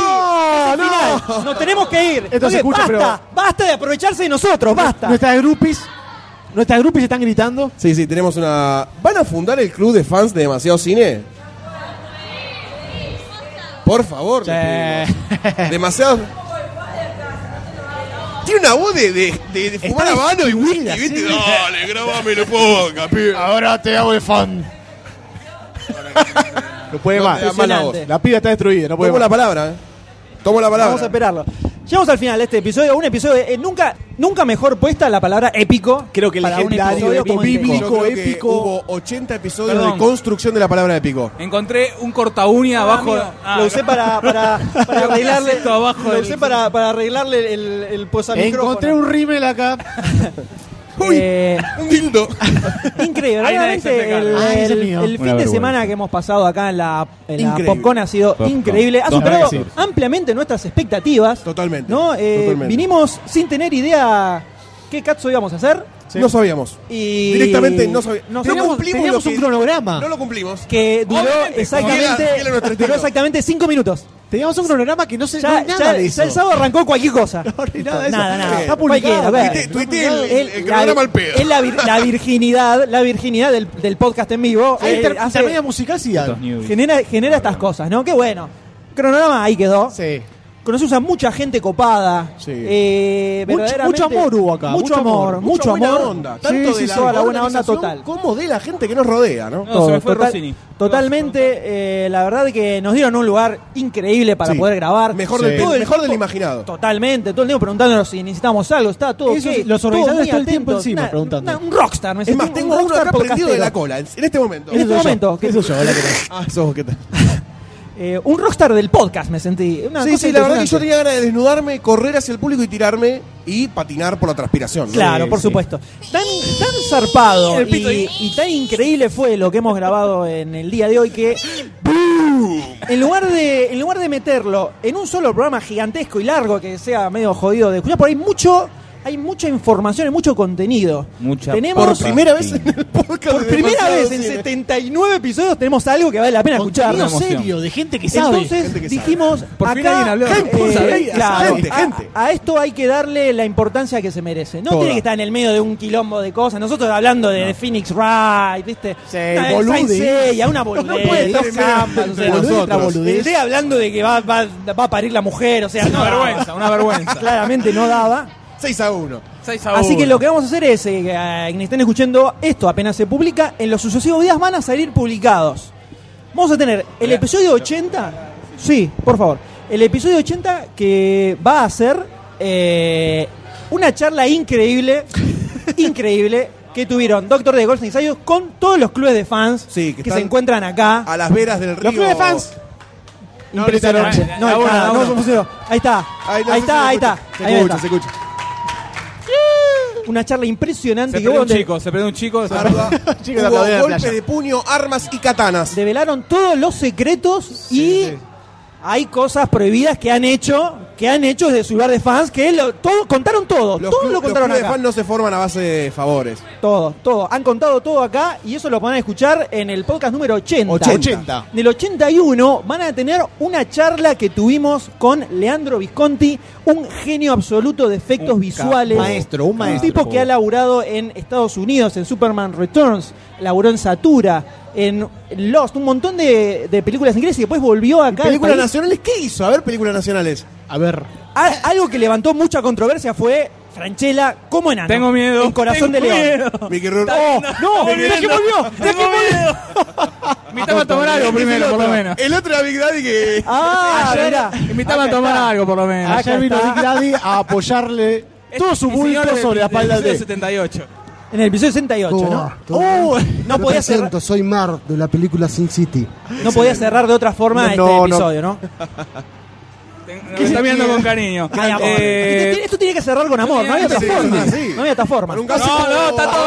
es
¡No!
el final. Nos tenemos que ir.
Esto se
Porque
escucha,
basta, basta de aprovecharse de nosotros, basta.
Nuestras grupis. Nuestras grupis están gritando.
Sí, sí, tenemos una. ¿Van a fundar el club de fans de demasiado cine? Por favor, les pedimos. demasiado. Tiene una voz de, de, de- de fumar a mano y whisky, ¿viste? Dale, grabame el podcast, pibe.
Ahora te hago el fan. No puede
No te
más.
da mala voz.
La piba está destruida, no puede
Tomo la
más.
palabra, ¿eh? Tomo la palabra.
Vamos a esperarlo. Llegamos al final de este episodio, un episodio de- eh, nunca, nunca mejor puesta la palabra épico.
Creo que
para un
legendario,
episodio
épico,
como este.
bíblico.
Yo creo que
épico.
hubo 80 episodios
Perdón.
de construcción de la palabra épico.
Encontré un corta uña
Ah,
abajo.
amigo,
Ah,
lo usé para, para, para
Lo
arreglarle.
acepto abajo
lo
del-
usé para, para arreglarle el, el posamicrófono.
Encontré un rímel acá.
Eh,
Un dildo.
Increíble,
Ahí nadie
realmente
se
el,
hace cargo.
Ah, ese
el-
es mío.
el
Una
fin de
vergüenza.
semana que hemos pasado acá en la, en la
Increíble.
PopCon ha sido
Popcorn.
increíble, ha
Dos
superado
megas, sí.
ampliamente nuestras expectativas.
Totalmente,
¿no? Eh,
totalmente.
Vinimos sin tener idea qué cazzo íbamos a hacer
No sabíamos.
y
Directamente no sabíamos.
no
no
sabíamos
cumplimos
teníamos
lo
un
que-
Ah.
cronograma.
No lo cumplimos.
que duró
Obviamente,
exactamente
era- era nuestro
duró
estilo.
exactamente cinco minutos.
Teníamos un cronograma que no se no
Ya,
hay nada
ya-
de
ya
eso.
el sábado arrancó cualquier cosa.
No, ni nada de eso.
nada, nada.
Está
publicado,
Cualquiera,
tuite-
claro.
tuite el- el- el
la-
cronograma al pedo.
es la, vir- la virginidad, la virginidad del, del podcast en vivo.
Ahí
Eh,
ter-
hace-
intermedia musical sí hay.
Estos newbies.
genera, genera estas cosas, ¿no? Qué bueno. Cronograma ahí quedó.
Sí.
conoces a mucha gente copada.
Sí.
Eh,
Mucho-
verdaderamente-
mucho amor hubo acá,
Mucho,
mucho
amor,
amor,
mucho
buena
amor.
onda,
Sí,
tanto
sí,
de la,
toda la buena onda
organización
total.
como de la gente que nos rodea, ¿no?
No, se me fue
total-
Rossini.
Totalmente, eh, la verdad que nos dieron un lugar increíble para
Sí.
poder grabar.
Mejor,
Sí.
del,
Todo el
mejor del
tiempo-
imaginado.
Totalmente, todo el tiempo preguntándonos si necesitamos algo, está todo.
Eso
ok,
sí, los organizadores
muy
todo el tiempo
atentos,
encima preguntando.
un rockstar, me
Es más,
sentí un
tengo uno
rockstar
acá
por
prendido de la
castero.
cola, en en este momento.
En este
Eso yo,
momento, que-
eso yo, hola, ¿qué tal?
Ah, sos ¿qué tal?
Eh, un rockstar del podcast me sentí. Una
Sí,
cosa
sí, la verdad que yo
impresionante.
tenía ganas de desnudarme, correr hacia el público y tirarme y patinar por la transpiración. ¿no?
Claro,
Sí,
por
sí.
supuesto. Tan, tan zarpado y, y tan increíble fue lo que hemos grabado en el día de hoy que en lugar de en lugar de meterlo en un solo programa gigantesco y largo que sea medio jodido de escuchar, por ahí mucho hay mucha información y mucho contenido.
Mucha
tenemos
Por primera vez en el podcast.
por
de
primera
Demasiado
vez en este-
Cine.
79 episodios tenemos algo que vale la pena escuchar.
Contenido
emoción.
serio, de gente que sabe.
Entonces
Gente que sabe.
dijimos
Por fin alguien
acá,
habló.
Gente, sabía,
claro,
gente,
a,
gente.
a esto hay que darle la importancia que se merece. No
Toda.
tiene que estar en el medio de un quilombo de cosas. Nosotros hablando de, Phoenix Wright, ¿viste?
Sí,
Una-
boludez.
Saint Seiya, una boludez,
No puede estar
dos
en medio
campas,
entre
o sea,
nosotros.
otra boludez. Esté hablando de que va, va- va a parir la mujer, o sea, no
Una
daba.
vergüenza, una vergüenza.
Claramente no daba.
6 a 1.
Así que lo que vamos a hacer es, eh, a quienes estén escuchando esto apenas se publica, en los sucesivos días van a salir publicados. Vamos a tener el
Mirá.
episodio 80. Sí, por favor. El episodio 80 que va a ser eh, una charla increíble, increíble, que tuvieron Doctor de Golden Sayos con todos los clubes de fans
Sí, que
que,
están
se encuentran acá.
A las veras del río.
Los clubes de fans.
Impresionante.
ahorita no,
No,
la
ahí
una,
está,
la
no
una.
se funcionó. Ahí está,
Ay, no
ahí
sé si
está,
se
ahí está.
escucha. Se
Ahí
escucha,
está.
se escucha.
Una charla impresionante
se
que
perdió un
donde-
chico, se perdió un chico. se-
Arda,
Chicos, la playa.
hubo golpe de puño, armas y katanas.
develaron todos los secretos y
sí.
hay cosas prohibidas que han hecho, que han hecho desde su lugar de fans, que lo- todo, contaron todo, todo
club-
lo contaron
clubes de
acá.
fans no se forman a base de favores.
Todo, todo. Han contado todo acá y eso lo van a escuchar en el podcast número 80.
80.
En el 81 van a tener una charla que tuvimos con Leandro Visconti, un genio absoluto de efectos
Un
visuales.
capo. Maestro, un maestro.
tipo que ha laburado en Estados Unidos, en Superman Returns, laburó en Satura, en Lost, un montón de, de películas inglesas y después volvió acá. al
¿Películas
país.
nacionales? ¿Qué hizo? A ver, películas nacionales.
A ver,
A- Algo que levantó mucha controversia fue Franchella como enano.
Tengo miedo.
En Corazón
tengo
de León.
miedo.
Mickey Rourke.
Oh, no,
Está
mirá que
volviendo.
volvió, mirá que
Tengo
volvió.
miedo. Me estaba a tomar algo primero, por lo menos.
El otro era Big Daddy que.
Ah, mirá.
Invitaba a tomar algo, por lo menos.
ayer vino
está.
Dick Grady a apoyarle todo su bulto sobre la espalda
del
de...
78.
En el episodio 68, ¿no?
Todo
Uh,
bien.
no
Te
podía cerrar,
presento, soy Mar de la película Sin City.
no podía cerrar de otra forma
No,
este
no.
episodio, ¿no?
Me está mirando con cariño.
Ay, amor.
Eh,
Esto- Esto tiene que cerrar con amor, no había otra
Sí,
forma.
sí.
No había otra forma. Ah,
Nunca
No, no, está todo bien, está todo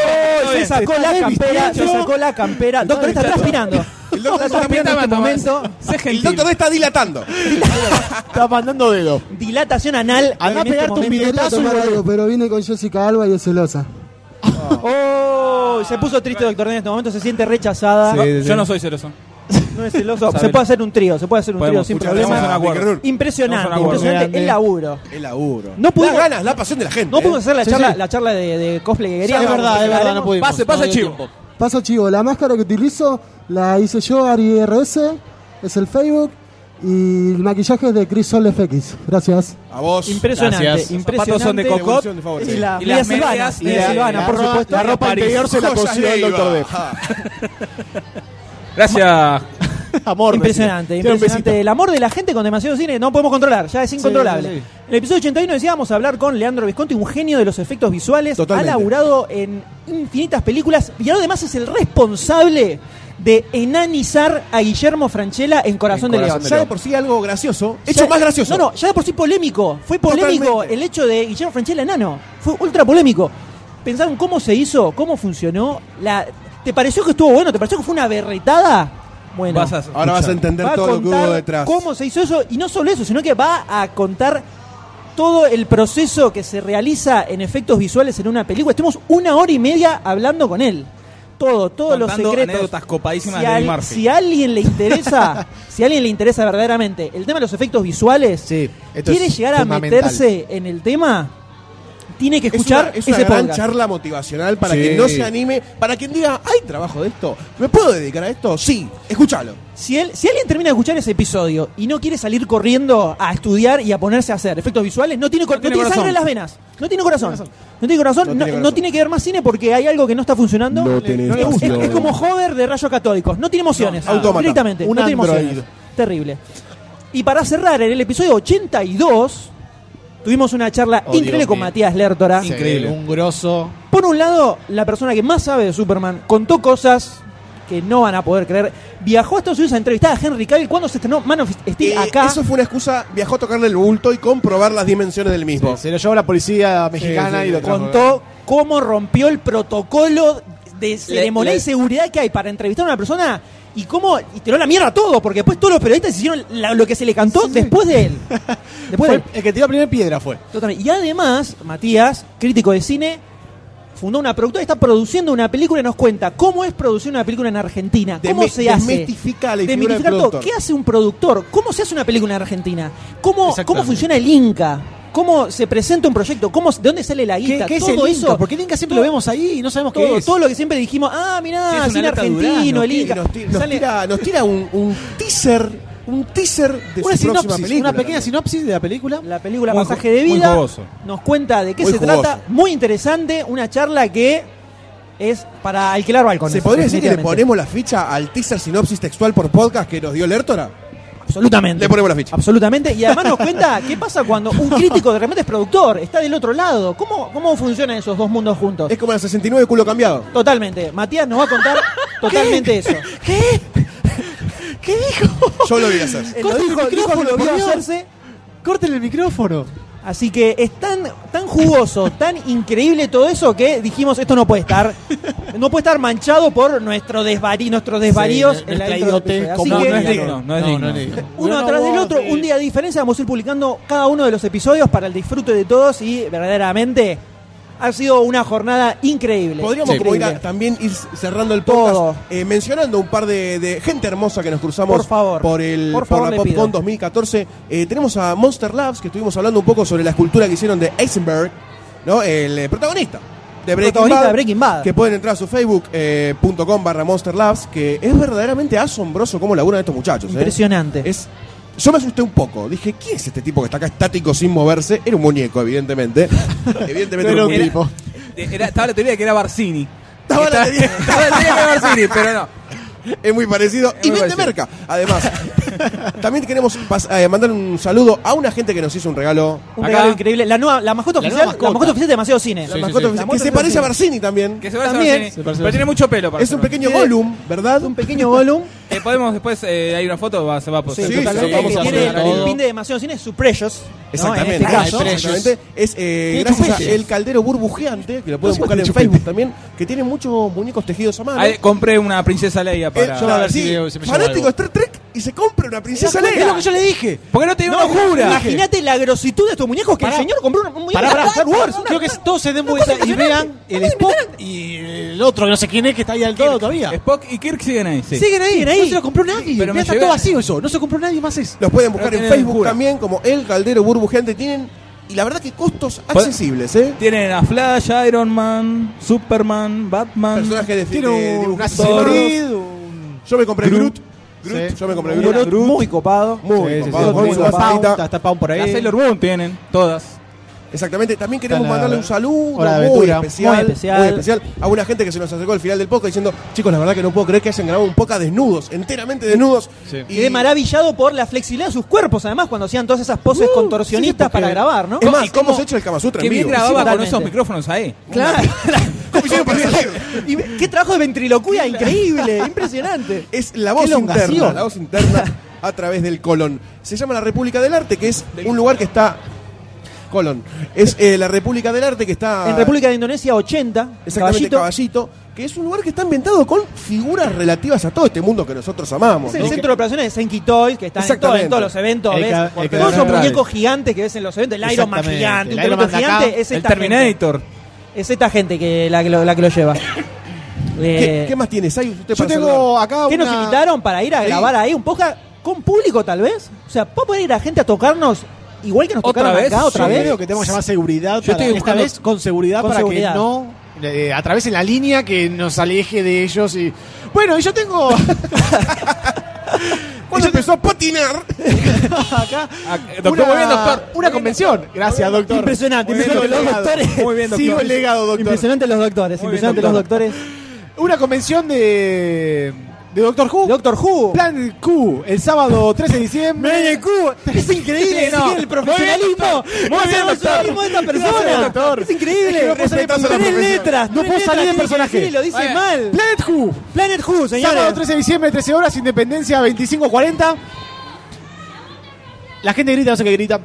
Se
bien.
sacó la campera, se sacó la campera. Doctor está transpirando.
El doctor
Está
está
transpirando en este momento.
Sé
El
gentil.
doctor D está dilatando.
Está mandando dedo.
Dilatación anal.
Andá a
en este
pegarte un
momento.
video.
Quería
Pelotazo y
tomar
volvió.
algo, pero vine con Jessica Alba y es celosa.
Oh, se puso triste Doctor D en este momento, se siente rechazada.
No, Yo no soy celoso.
No es celoso. Se
Sabelo.
puede hacer un trío, se puede hacer un trío
Podemos
sin
escuchar, estamos en
problema.
acuerdo.
Mickey Rourke.
Impresionante,
Estamos en acuerdo.
impresionante el
Grande.
laburo.
El laburo.
No pudimos-
Las ganas, la pasión de la gente.
No
¿eh?
pudimos hacer la
Sí,
charla,
sí.
la charla de, de cosplay que
Es
queríamos.
verdad, es verdad, no pudimos.
Pase, pase,
No dio
chivo.
tiempo.
Paso chivo, la máscara que utilizo la hice yo, Ari RS, es el Facebook, y el maquillaje es de Chris Sol FX. Gracias.
A vos.
Impresionante,
Gracias. Los
impresionante.
zapatos son de coco.
Evolución de favores.
Y la,
Y
y la
las
Silvana,
medias
y la
de-
Silvana,
la
por
ro-
supuesto.
La ropa
París.
interior se la
Joyas
consiguió el
Leiva.
doctor D.
Ah,
Gracias.
Amor.
Impresionante,
Tiene un
impresionante. El amor de la gente con demasiado cine no podemos controlar, ya es incontrolable.
sí, sí.
En el episodio 81 decíamos hablar con Leandro Visconti, un genio de los efectos visuales.
Totalmente.
Ha laburado en infinitas películas y además es el responsable de enanizar a Guillermo Franchella en Corazón, de León.
Ya de por sí algo gracioso. Hecho
Ya-
más gracioso.
No, no, ya de por sí polémico. Fue polémico
Totalmente.
el hecho de Guillermo Franchella enano. Fue ultra polémico. Pensaron cómo se hizo, cómo funcionó. La... ¿Te pareció que estuvo bueno? ¿Te pareció que fue una berretada? Bueno,
Vas a-
Ahora vas a entender
va a
todo lo que
contar
hubo detrás.
cómo se hizo eso. Y no solo eso, sino que va a contar todo el proceso que se realiza en efectos visuales en una película. Estuvimos una hora y media hablando con él. Todo, todos
Contando
los secretos.
anécdotas copadísimas
si,
de Eddie
al-
Murphy.
si a alguien le interesa, si a alguien le interesa verdaderamente el tema de los efectos visuales,
Sí, esto
quiere
es
llegar a
fundamental.
meterse en el tema, tiene que escuchar
es una, es una
ese
gran
podcast.
charla motivacional para
Sí.
quien no se anime, para quien diga, hay trabajo de esto, ¿me puedo dedicar a esto? Sí, escúchalo.
Si, él, si alguien termina de escuchar ese episodio y no quiere salir corriendo a estudiar y a ponerse a hacer efectos visuales, no tiene, cor- no
tiene
tiene sangre
corazón.
en las venas. No tiene corazón. No tiene corazón.
No
No,
tiene
no
corazón.
tiene que ver más cine porque hay algo que no está funcionando.
No
Le-
tenés
le gusta. es,
pasión.
es como Hover de rayos católicos. No tiene emociones.
No, autómata.
Directamente.
Un
no tiene
android.
emociones. Terrible. Y para cerrar, en el episodio 82, tuvimos una charla
Oh, Dios
increíble con
mío.
Matías Lertora.
Sí,
Increíble.
Un grosso.
Por un lado, la persona que más sabe de Superman contó cosas que no van a poder creer. Viajó a Estados Unidos a entrevistar a Henry Cavill cuando se estrenó Man of Steel
Eh,
acá.
Eso fue una excusa, viajó a tocarle el bulto y comprobar las dimensiones del mismo.
Se lo llevó la policía mexicana
Sí, sí,
y lo
sí.
trajo.
contó cómo rompió el protocolo de ceremonia
le-
y seguridad que hay para entrevistar a una persona y cómo y tiró la mierda a todo, porque después todos los periodistas hicieron la- lo que se le cantó después de él. Después
Fue
de
el,
él.
el que tiró la primera piedra fue.
Totalmente. Y además, Matías, crítico de cine, fundó una productora, está produciendo una película y nos cuenta cómo es producir una película en Argentina, cómo
Demi-
se hace.
Desmitifica la figura del
Desmitificar todo.
productor.
¿Qué hace un productor? ¿Cómo se hace una película en Argentina? ¿Cómo,
Exactamente.
cómo funciona el Inca? ¿Cómo se presenta un proyecto? ¿Cómo, ¿De dónde sale la guita? todo eso.
Porque el Inca siempre lo vemos ahí y no sabemos
todo,
qué es.
todo lo que siempre dijimos, ah,
Sí, es
mirá,
una
cine
lata de
argentino,
durazno,
el
Y
Inca.
nos, ti- nos
Sale-
tira, nos tira un, un teaser, un teaser de
una
su próxima
sinopsis,
película.
una pequeña
¿no?
sinopsis de la película.
la película
Muy
Pasaje
ju-
de
muy
Vida
jugoso.
nos cuenta de qué
Muy
se
jugoso.
trata. Muy interesante, una charla que es para alquilar balcones.
¿Se podría decir que le
definitivamente.
ponemos la ficha al teaser sinopsis textual por podcast que nos dio Lertora?
Absolutamente.
Le ponemos la ficha.
Absolutamente. Y además nos cuenta qué pasa cuando un crítico de repente es productor, está del otro lado. ¿Cómo, cómo funcionan esos dos mundos juntos?
Es como la 69 culo cambiado.
Totalmente. Matías nos va a contar totalmente eso.
Yo lo voy a hacer.
Él lo dijo, dijo que lo vio hacerse.
Corten el micrófono.
Así que es tan, tan jugoso, tan increíble todo eso que dijimos esto no puede estar, no puede estar manchado por nuestro desvari, nuestros desvaríos
Sí,
en la
nuestra
intro del
idiotez
episodio.
común.
Así
No,
que
no es digno, no es digno.
uno atrás del otro, un día de diferencia, vamos a ir publicando cada uno de los episodios para el disfrute de todos y verdaderamente ha sido una jornada increíble.
Podríamos como ir a- también ir cerrando el
Todo.
podcast eh, mencionando un par de, de gente hermosa que nos cruzamos
Por favor.
por, el,
Por
por,
favor,
la
le pido.
PopCon 2014. Eh, tenemos a Monster Labs, que estuvimos hablando un poco sobre la escultura que hicieron de Eisenberg, ¿no? el eh, protagonista. De Breaking,
Protagonista
Bad,
de Breaking Bad.
Que pueden entrar a su facebook.com barra Monster Labs, que es verdaderamente asombroso cómo laburan estos muchachos. ¿eh?
Impresionante.
Es, yo me asusté un poco. Dije, ¿quién es este tipo que está acá estático sin moverse? Era un muñeco, evidentemente. evidentemente era un
Era-
tipo.
era- estaba la teoría de que era Barcini.
Estaba la teoría.
Estaba la teoría que era Barcini, pero no.
Es muy parecido.
Es
Y
muy
vende
parecido.
merca, además. También queremos pas- eh, mandar un saludo a una gente que nos hizo un regalo.
Un
Acá-
regalo increíble. La nueva, la mascota
La nueva
oficial,
mascota.
la mascota oficial de demasiado cine.
La
Sí,
mascota
sí, sí.
oficial,
La
que
mascota
se parece
oficial.
a Barcini también.
Que se parece a
También.
Barcini.
Se parece a
Pero
Barcini.
tiene mucho pelo. para
Es
ser
un pequeño
Tiene-
Gollum, ¿verdad?
Un pequeño Gollum.
Eh, podemos después, eh, hay una foto, va- se va a
Sí,
postar.
Sí,
totalmente.
sí, vamos
que
a
tiene
hacer
el
todo.
pin de demasiado cine, es su Precious. ¿no?
Exactamente.
En este
Ah,
caso.
exactamente. Es eh, gracias a El Caldero Burbujeante, que lo pueden buscar en Facebook también, que tiene muchos muñecos tejidos a mano.
Ahí compré una princesa Leia
Eh,
para.
yo- a ver
sí,
si veo- si Ah, me llevo
fanático
algo.
de Star Trek y se compra una princesa
Es la
Leia.
cuenta.
Yo le dije.
¿Por qué no te dio una jura?
Imagínate la grositud de estos muñecos que
Pará.
el señor compró un, un muñeco
Pará,
de
pará,
Star Wars. una-
Creo que todos se den
una
vuelta
cosa
y vean
impresionante.
el Spock y el otro, no sé quién es, que está ahí al todo todavía.
Spock y Kirk siguen ahí. Sí.
Siguen ahí, siguen ahí.
No se lo compró nadie.
Pero me
Mirá, está
llevé-
todo vacío eso. No se compró nadie más eso.
Los pueden buscar
Pero
en
tienen
Facebook
jura.
también como El Caldero Burbujeante. Tienen, y la verdad que costos
Pod-
accesibles, ¿eh?
Tienen a Flash, Iron Man, Superman, Batman.
Personajes eh, de,
Tiene
de
un
dibujitos.
Assassin's Creed, un-
Yo me compré Groot.
Groot.
Groot.
Sí.
Yo me compré
Mira,
Groot.
Groot, muy copado.
Muy
Sí, sí, sí,
copado,
muy
con su
copado.
mascarita.
Está- Está Pound por
La
ahí.
Sailor Moon tienen, todas.
Exactamente. También queremos
Está la-
mandarle un saludo
Hora de
muy
aventura.
especial,
Muy
muy
especial.
especial. a una gente que se nos acercó al final del podcast diciendo: Chicos, la verdad que no puedo creer que hayan grabado un podcast desnudos, enteramente desnudos.
Sí.
Quedé maravillado por la flexibilidad de sus cuerpos, además, cuando hacían todas esas poses contorsionistas para grabar, ¿no?
Es
¿Y
más,
cómo-
¿cómo, se ha hecho el Kama Sutra
Que
en
bien
vivo?
Sí,
grababa con
totalmente.
esos micrófonos ahí.
Claro.
¿Cómo hicieron para hacerlo?
y ve- qué trabajo de ventrilocuía increíble, impresionante.
Es la voz
Qué elongación.
interna, la voz interna a través del colon. Se llama la República del Arte, que es un lugar que está. Colon. Es eh, la República del Arte que está.
En República de Indonesia 80,
Ah. Exactamente,
caballito,
Caballito. que es un lugar que está ambientado con figuras relativas a todo este mundo que nosotros amamos.
Es el
¿no?
centro de operaciones de Senki Toys, que están en, todo-
Exactamente.
en todos los eventos.
El
ves,
ca- el
todos esos
cadáver.
muñecos gigantes que ves en los eventos, el Iron Man
Exactamente.
gigante,
El
un
Iron
Terminator
Man de acá,
gigante, es
El
esta
Terminator.
gente. Es esta gente que la, que lo, la que lo lleva.
¿Qué,
Eh,
qué más tienes, Sayus? Usted
Yo
para
tengo acá
¿Qué
una...
nos invitaron para ir a
Sí.
grabar ahí un podcast con público tal vez? O sea, ¿puedo poder ir a gente a tocarnos igual que nos
¿Otra
tocaron
vez?
acá otra
Sí.
vez.
Creo que tenemos que llamar seguridad.
Yo
para-
estoy
esta
buscando-
vez con seguridad
Con
para
seguridad.
que no eh, atravesen la línea que nos aleje de ellos. y Bueno, y yo tengo.
Cuando empezó a patinar.
acá
Ah, doctor,
una,
muy bien, doctor.
una convención. Gracias, doctor.
Impresionante,
Muy bien,
impresionante los
doctor.
doctores.
Muy bien, doctor.
Sigo el legado, doctor.
Impresionante los doctores,
Muy bien,
impresionante los
doctor.
doctores.
Una convención de. de Doctor Who.
Doctor Who.
Plan Q, el sábado 13 de diciembre.
Medio Q, es increíble
Sí, no.
el profesionalismo,
Muy bien, doctor. Muy bien,
el
doctor.
profesionalismo de esta
Muy bien,
persona.
doctor.
es increíble.
puedo
tres
salir de personaje.
letras,
No
tres
puedo salir
letras
de
tiene que decir
personaje.
y lo dice
Bueno.
mal.
Planet Who.
Planet Who,
Sábado
señores.
13 de diciembre, 13 horas, Independencia 2540. La gente grita, no sé qué grita.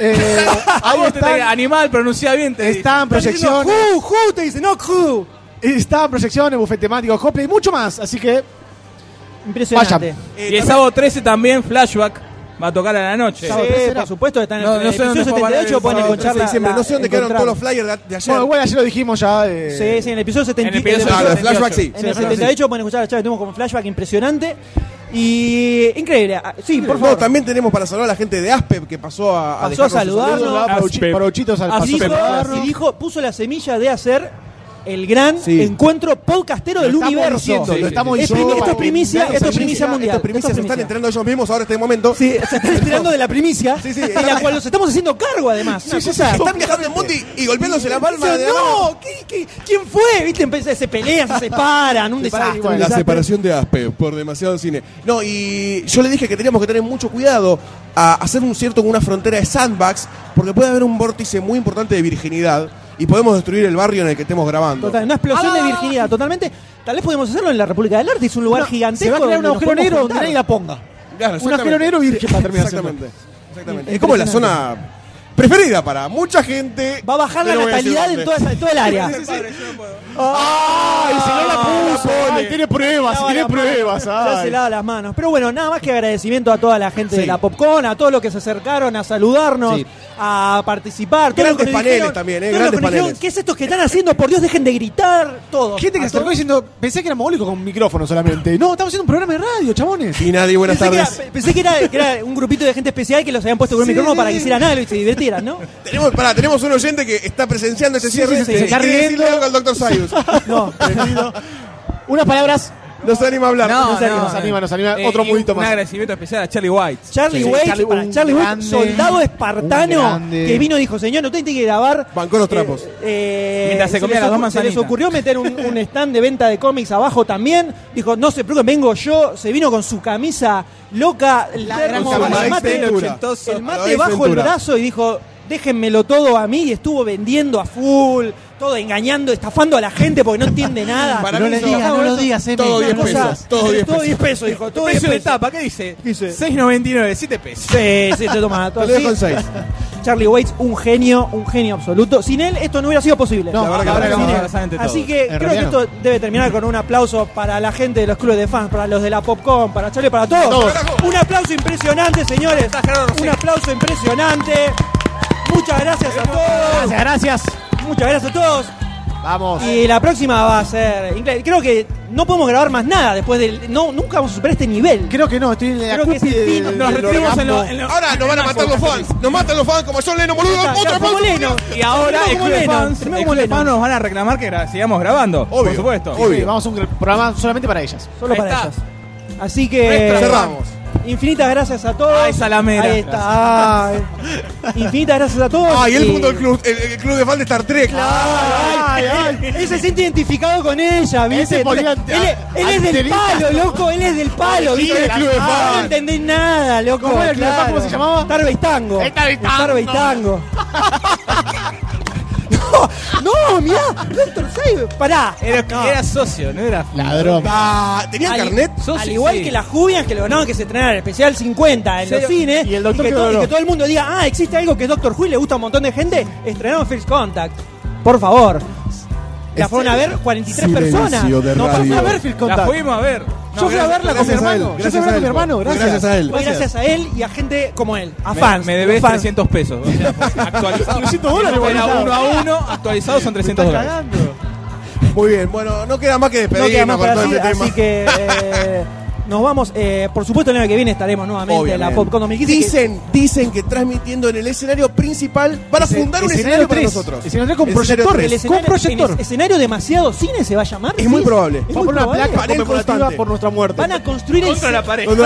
Eh,
A
ahí
vos te te-
están,
animal, pronuncia bien. Te
están
Proyección.
proyecciones.
Who, Who, te dice, no Who.
Están proyecciones, bufete temático, cosplay y mucho más. Así que
Impresionante.
Vayan.
Y el sábado 13 también, flashback. Va a tocar a la noche.
Sábado
Sí,
13,
era.
por supuesto, están en
No,
el
no sé dónde
episodio
fue a parar el
78, pueden
sábado
encontrar
13 de
la-
diciembre. No sé dónde quedaron todos
encontrar-
los flyers de, de ayer.
Bueno, bueno, ayer lo dijimos ya. eh,
Sí, sí, en el episodio 70
En el episodio
Ah, lo de
78.
flashback sí.
En el 78 pueden escuchar la charla que tuvimos con flashback impresionante. Y increíble. Ah, Sí, por
No,
favor.
también tenemos para saludar a la gente de Aspep que pasó a,
Pasó a
dejarnos sus
saludarnos.
saludos.
saludaba para Uchi-
Aspep.
para Uchitos al-
Y
pasó-
dijo-
Peparro.
y dijo, puso la semilla de hacer el gran
Sí.
encuentro podcastero
Lo
del
estamos
universo.
diciendo,
Sí,
lo estamos
Es
diciendo.
primi- esto es primicia,
Claro,
esto es
esa
primicia mundial.
Estas
Esto
primicias
es
se están
primicia.
enterando ellos mismos ahora en este momento.
Sí, se están enterando de la primicia
Sí, sí,
y la
están-
cual nos estamos haciendo cargo además. Una cosa-
Están viajando en Mundi y golpeándose la palma
Dice,
de la mano.
no, ¿qué- qué- quién fue? ¿Viste? Empieza- se pelean, se separan,
separan
un desastre.
igual.
un
La
desastre.
separación de Aspe por demasiado cine. No, y yo le dije que teníamos que tener mucho cuidado a hacer un cierto con una frontera de sandbags, porque puede haber un vórtice muy importante de virginidad y podemos destruir el barrio en el que estemos grabando.
Total, una explosión
Ah.
de virginidad, totalmente. Tal vez podemos hacerlo en la República del Arte, es un lugar
No,
gigantesco.
Se va a crear un
donde nos
agujero
podemos
negro donde
juntar.
nadie la ponga.
Claro,
un
exactamente.
agero negro virgen para terminar.
Exactamente. Exactamente. Es como la zona preferida para mucha gente.
Va a bajar la
pero no voy a decir
natalidad en
dónde.
toda, esa- todo el área.
Ay, si
Ah,
no la puso. Ay, tiene pruebas,
Lava
tiene
las manos.
pruebas.
Ya se
ay.
lava las manos. Pero bueno, nada más que agradecimiento a toda la gente
Sí.
de la Popcorn, a todos los que se acercaron a saludarnos,
Sí.
a participar. todos los que
Grandes
nos
paneles también, eh,
todos los que
grandes
nos dijeron,
paneles.
¿Qué es esto que están haciendo? Por Dios, dejen de gritar. Todo.
Gente que se acercó diciendo, pensé que era mogólico con micrófono solamente. No, estamos haciendo un programa de radio, chabones.
Y nadie, buenas
Pensé que,
tardes.
era, pensé que era- que era un grupito de gente especial que los habían puesto con un
Sí,
micrófono
sí,
para que
sí.
hicieran algo y se divirtieran, ¿no?
Tenemos, pará, tenemos un oyente que está presenciando ese cierre
sí, sí, se
y
está
quiere decirle
riendo.
algo al doctor Sayus.
No.
Unas palabras.
No se anima a hablar.
nos anima, nos anima, nos anima. Otro
Eh, y
mudito
un
más.
agradecimiento especial a Charlie White.
Charlie
Sí,
Wade,
Charlie,
para
un
Charlie Wade,
grande,
soldado
un
espartano
grande.
que vino y dijo, señor, usted tiene que grabar.
Bancó los trapos.
eh,
Mientras se comía
les
las dos
ocu- Se les
manzanitas.
ocurrió meter un, un stand de venta de cómics abajo también. Dijo, no se preocupen, vengo yo. Se vino con su camisa loca, el termo,
camisa
el
de
mate,
Ventura.
el
A la
mate
vez
bajo el
Ventura.
brazo y dijo, déjenmelo todo a mí. Y estuvo vendiendo a full, todo engañando, estafando a la gente porque no entiende nada.
Para No mí le no.
digas,
digas,
no lo
digas,
digas,
Todo 10 pesos, todo 10
Todo 10 pesos, dijo. Todo 10
Precio de
pesos.
tapa, ¿qué dice?
dice?
6.99, 7 pesos.
Sí, sí, te toma todo
Te lo dejo en
así.
seis.
Charlie Waits, un genio, un genio absoluto. Sin él esto no hubiera sido posible.
No,
La verdad que
ahora
no.
no.
Sin él.
absolutamente todo.
Así que
En
creo que
realidad no.
esto debe terminar con un aplauso para la gente de los clubes de fans, para los de la Popcorn, para Charlie, para todos.
todos.
Un aplauso impresionante, señores. Un aplauso impresionante. Muchas gracias a todos.
Gracias, gracias.
Muchas gracias a todos.
Vamos.
Y la próxima va a ser. increíble. Creo que no podemos grabar más nada después del. No, nunca vamos a superar este nivel.
Creo que no, estoy en la
Creo que
cúspide
es el fin.
del-
Nos
del
retiramos en lo-
orgasmo.
en lo-
Ahora nos van a matar los fans. Nos matan los fans como John Lennon, boludo.
Ya, ya,
Otra
como
vez.
Lennon.
Y ahora el
Terminó como
club de
Lennon,
fans,
terminó
el
como
club de
Lennon.
fans nos van a reclamar que gra- sigamos grabando. Por
Obvio,
supuesto.
obvio.
Sí, vamos a un gr- programa solamente para ellas.
Solo
Ahí
para
está.
ellos. Así que.
Nuestra
Cerramos.
Infinitas gracias a todos.
Ay, Salamera.
Ahí está. Ay. Infinitas gracias a todos.
Ah, y el
Y-
punto del club, el, el club de fans de Star Trek.
Ay, ay, ay. Él se siente identificado con ella, ¿viste?
Ese
Entonces,
ponía
él, él es del
antenita.
palo, loco. Él es del palo,
Sí,
¿viste?
el club de
Ah,
fans.
No entendés nada, loco.
¿Cómo era el club de fans?
claro.
¿Cómo se llamaba?
Tarba y Tango.
El Tarba y
El Tarba y Tango. No, no, mirá. Doctor Save. Pará.
Era, era socio, no era.
Ladrón.
Ah, ¿Tenía
Al-
carnet?
Socio,
Al igual
sí.
que las Jubians que lograron que se estrenara el especial 50 en
Sí,
los cines.
y el Doctor
que,
que
to-
logró.
que todo el mundo diga, ah, existe algo que es Doctor Who y le gusta a un montón de gente. Estrenaron First Contact. Por favor. La fueron a ver 43
Este Silencio
personas.
de
no,
radio.
fui a ver
Perfil
La
contact.
fuimos a ver.
Yo fui a verla con mi
gracias a él,
hermano. Yo fui a
gracias
verla
a
con mi
él,
hermano.
porque
Gracias.
gracias a él.
fue gracias a él y a gente como él, a
Me-
fans.
Me, debes
Fans.
300 pesos. O sea, actualizado.
300 dólares,
Era
boludo.
uno a uno, actualizado son 300
Estás
dólares.
cagando.
Muy bien, bueno, no queda más que
No queda
despedirnos
más
con
para
todo
decir,
este tema.
así que eh, Nos vamos, eh, por supuesto el año que viene estaremos nuevamente en la PopCon 2015. que-
Dicen, dicen que transmitiendo en el escenario principal van a
Ese-
fundar un
escenario
escenario para
tres.
nosotros.
Escenario con
Escenario
proyector,
tres.
el escenario,
Con proyector.
en el escenario demasiado cine se va a llamar.
Es muy probable.
Es
Vamos a
muy
poner una
probable.
placa
Panel
conmemorativa
constante.
por nuestra muerte.
Van a construir el
Contra
ce-
la pared.
Van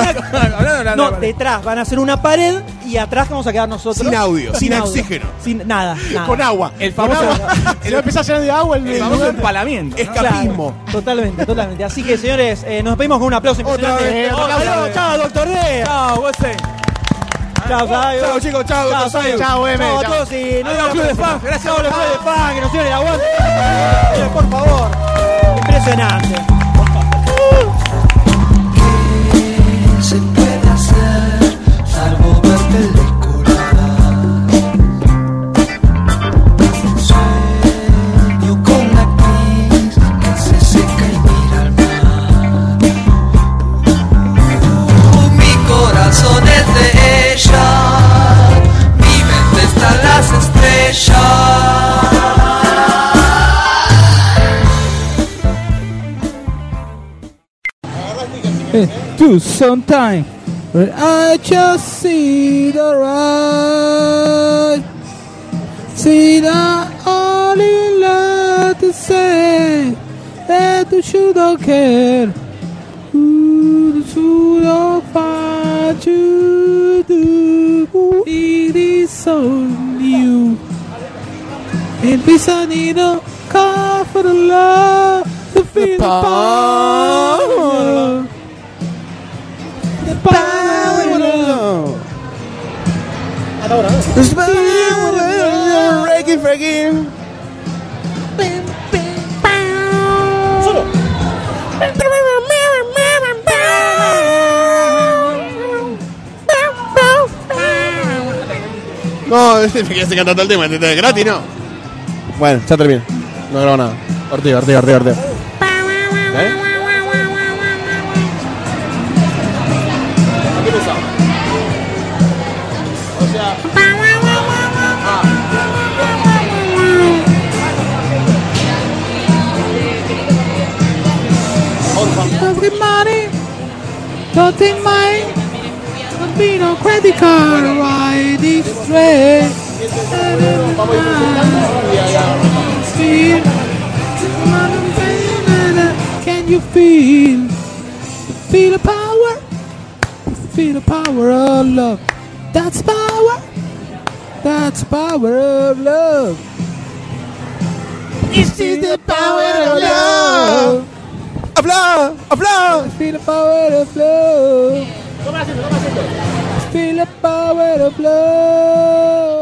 a-
Hablando de la-
No, detrás van a hacer una pared y atrás vamos a quedar nosotros.
Sin audio, sin oxígeno.
Sin nada, nada.
Con agua.
El famoso-
Con agua. Se va a empezar a llenar de agua el,
el famoso empalamiento. ¿no?
Claro,
Escapismo.
totalmente, totalmente. Así que, señores, eh, nos despedimos con un aplauso
vez,
impresionante. Chao,
otra
Fabio,
vez.
chao, doctor D.
Chao, Goldstein.
Chao, Fabio.
Chao, chicos,
Chao,
chao, doctor Sayo.
Fabio.
Chao, M,
Chao a
chao.
todos y no digan club de fan. Gracias a todos los clubes de fan que nos dieron el aguante. Señores, Por favor. Impresionante.
se puede hacer salvo ver películas. Sueño con la actriz que se seca y mira al mar. Uh, Mi corazón es de ella, mi mente está en las estrellas.
To some time. I just see the right. See the only love to say that you should not care. You should not find you do. It is on you. El pisanino come for the love to feel the power.
Reggae, reggae. No, me quedaste cantando el tema, ¿entendés? Gratis, ¿no? Bueno, ya termino. No grabo nada. Ortigo, ortigo, ortigo, ortigo. ¿Eh?
Everybody, don't take my Bambino credit card, ride this way. Feel, can you feel? Feel the power, feel the power of love. That's power, that's power of love. This is the power of love.
¡Habla! ¡Habla!
Feel the power of love. Feel the power of love.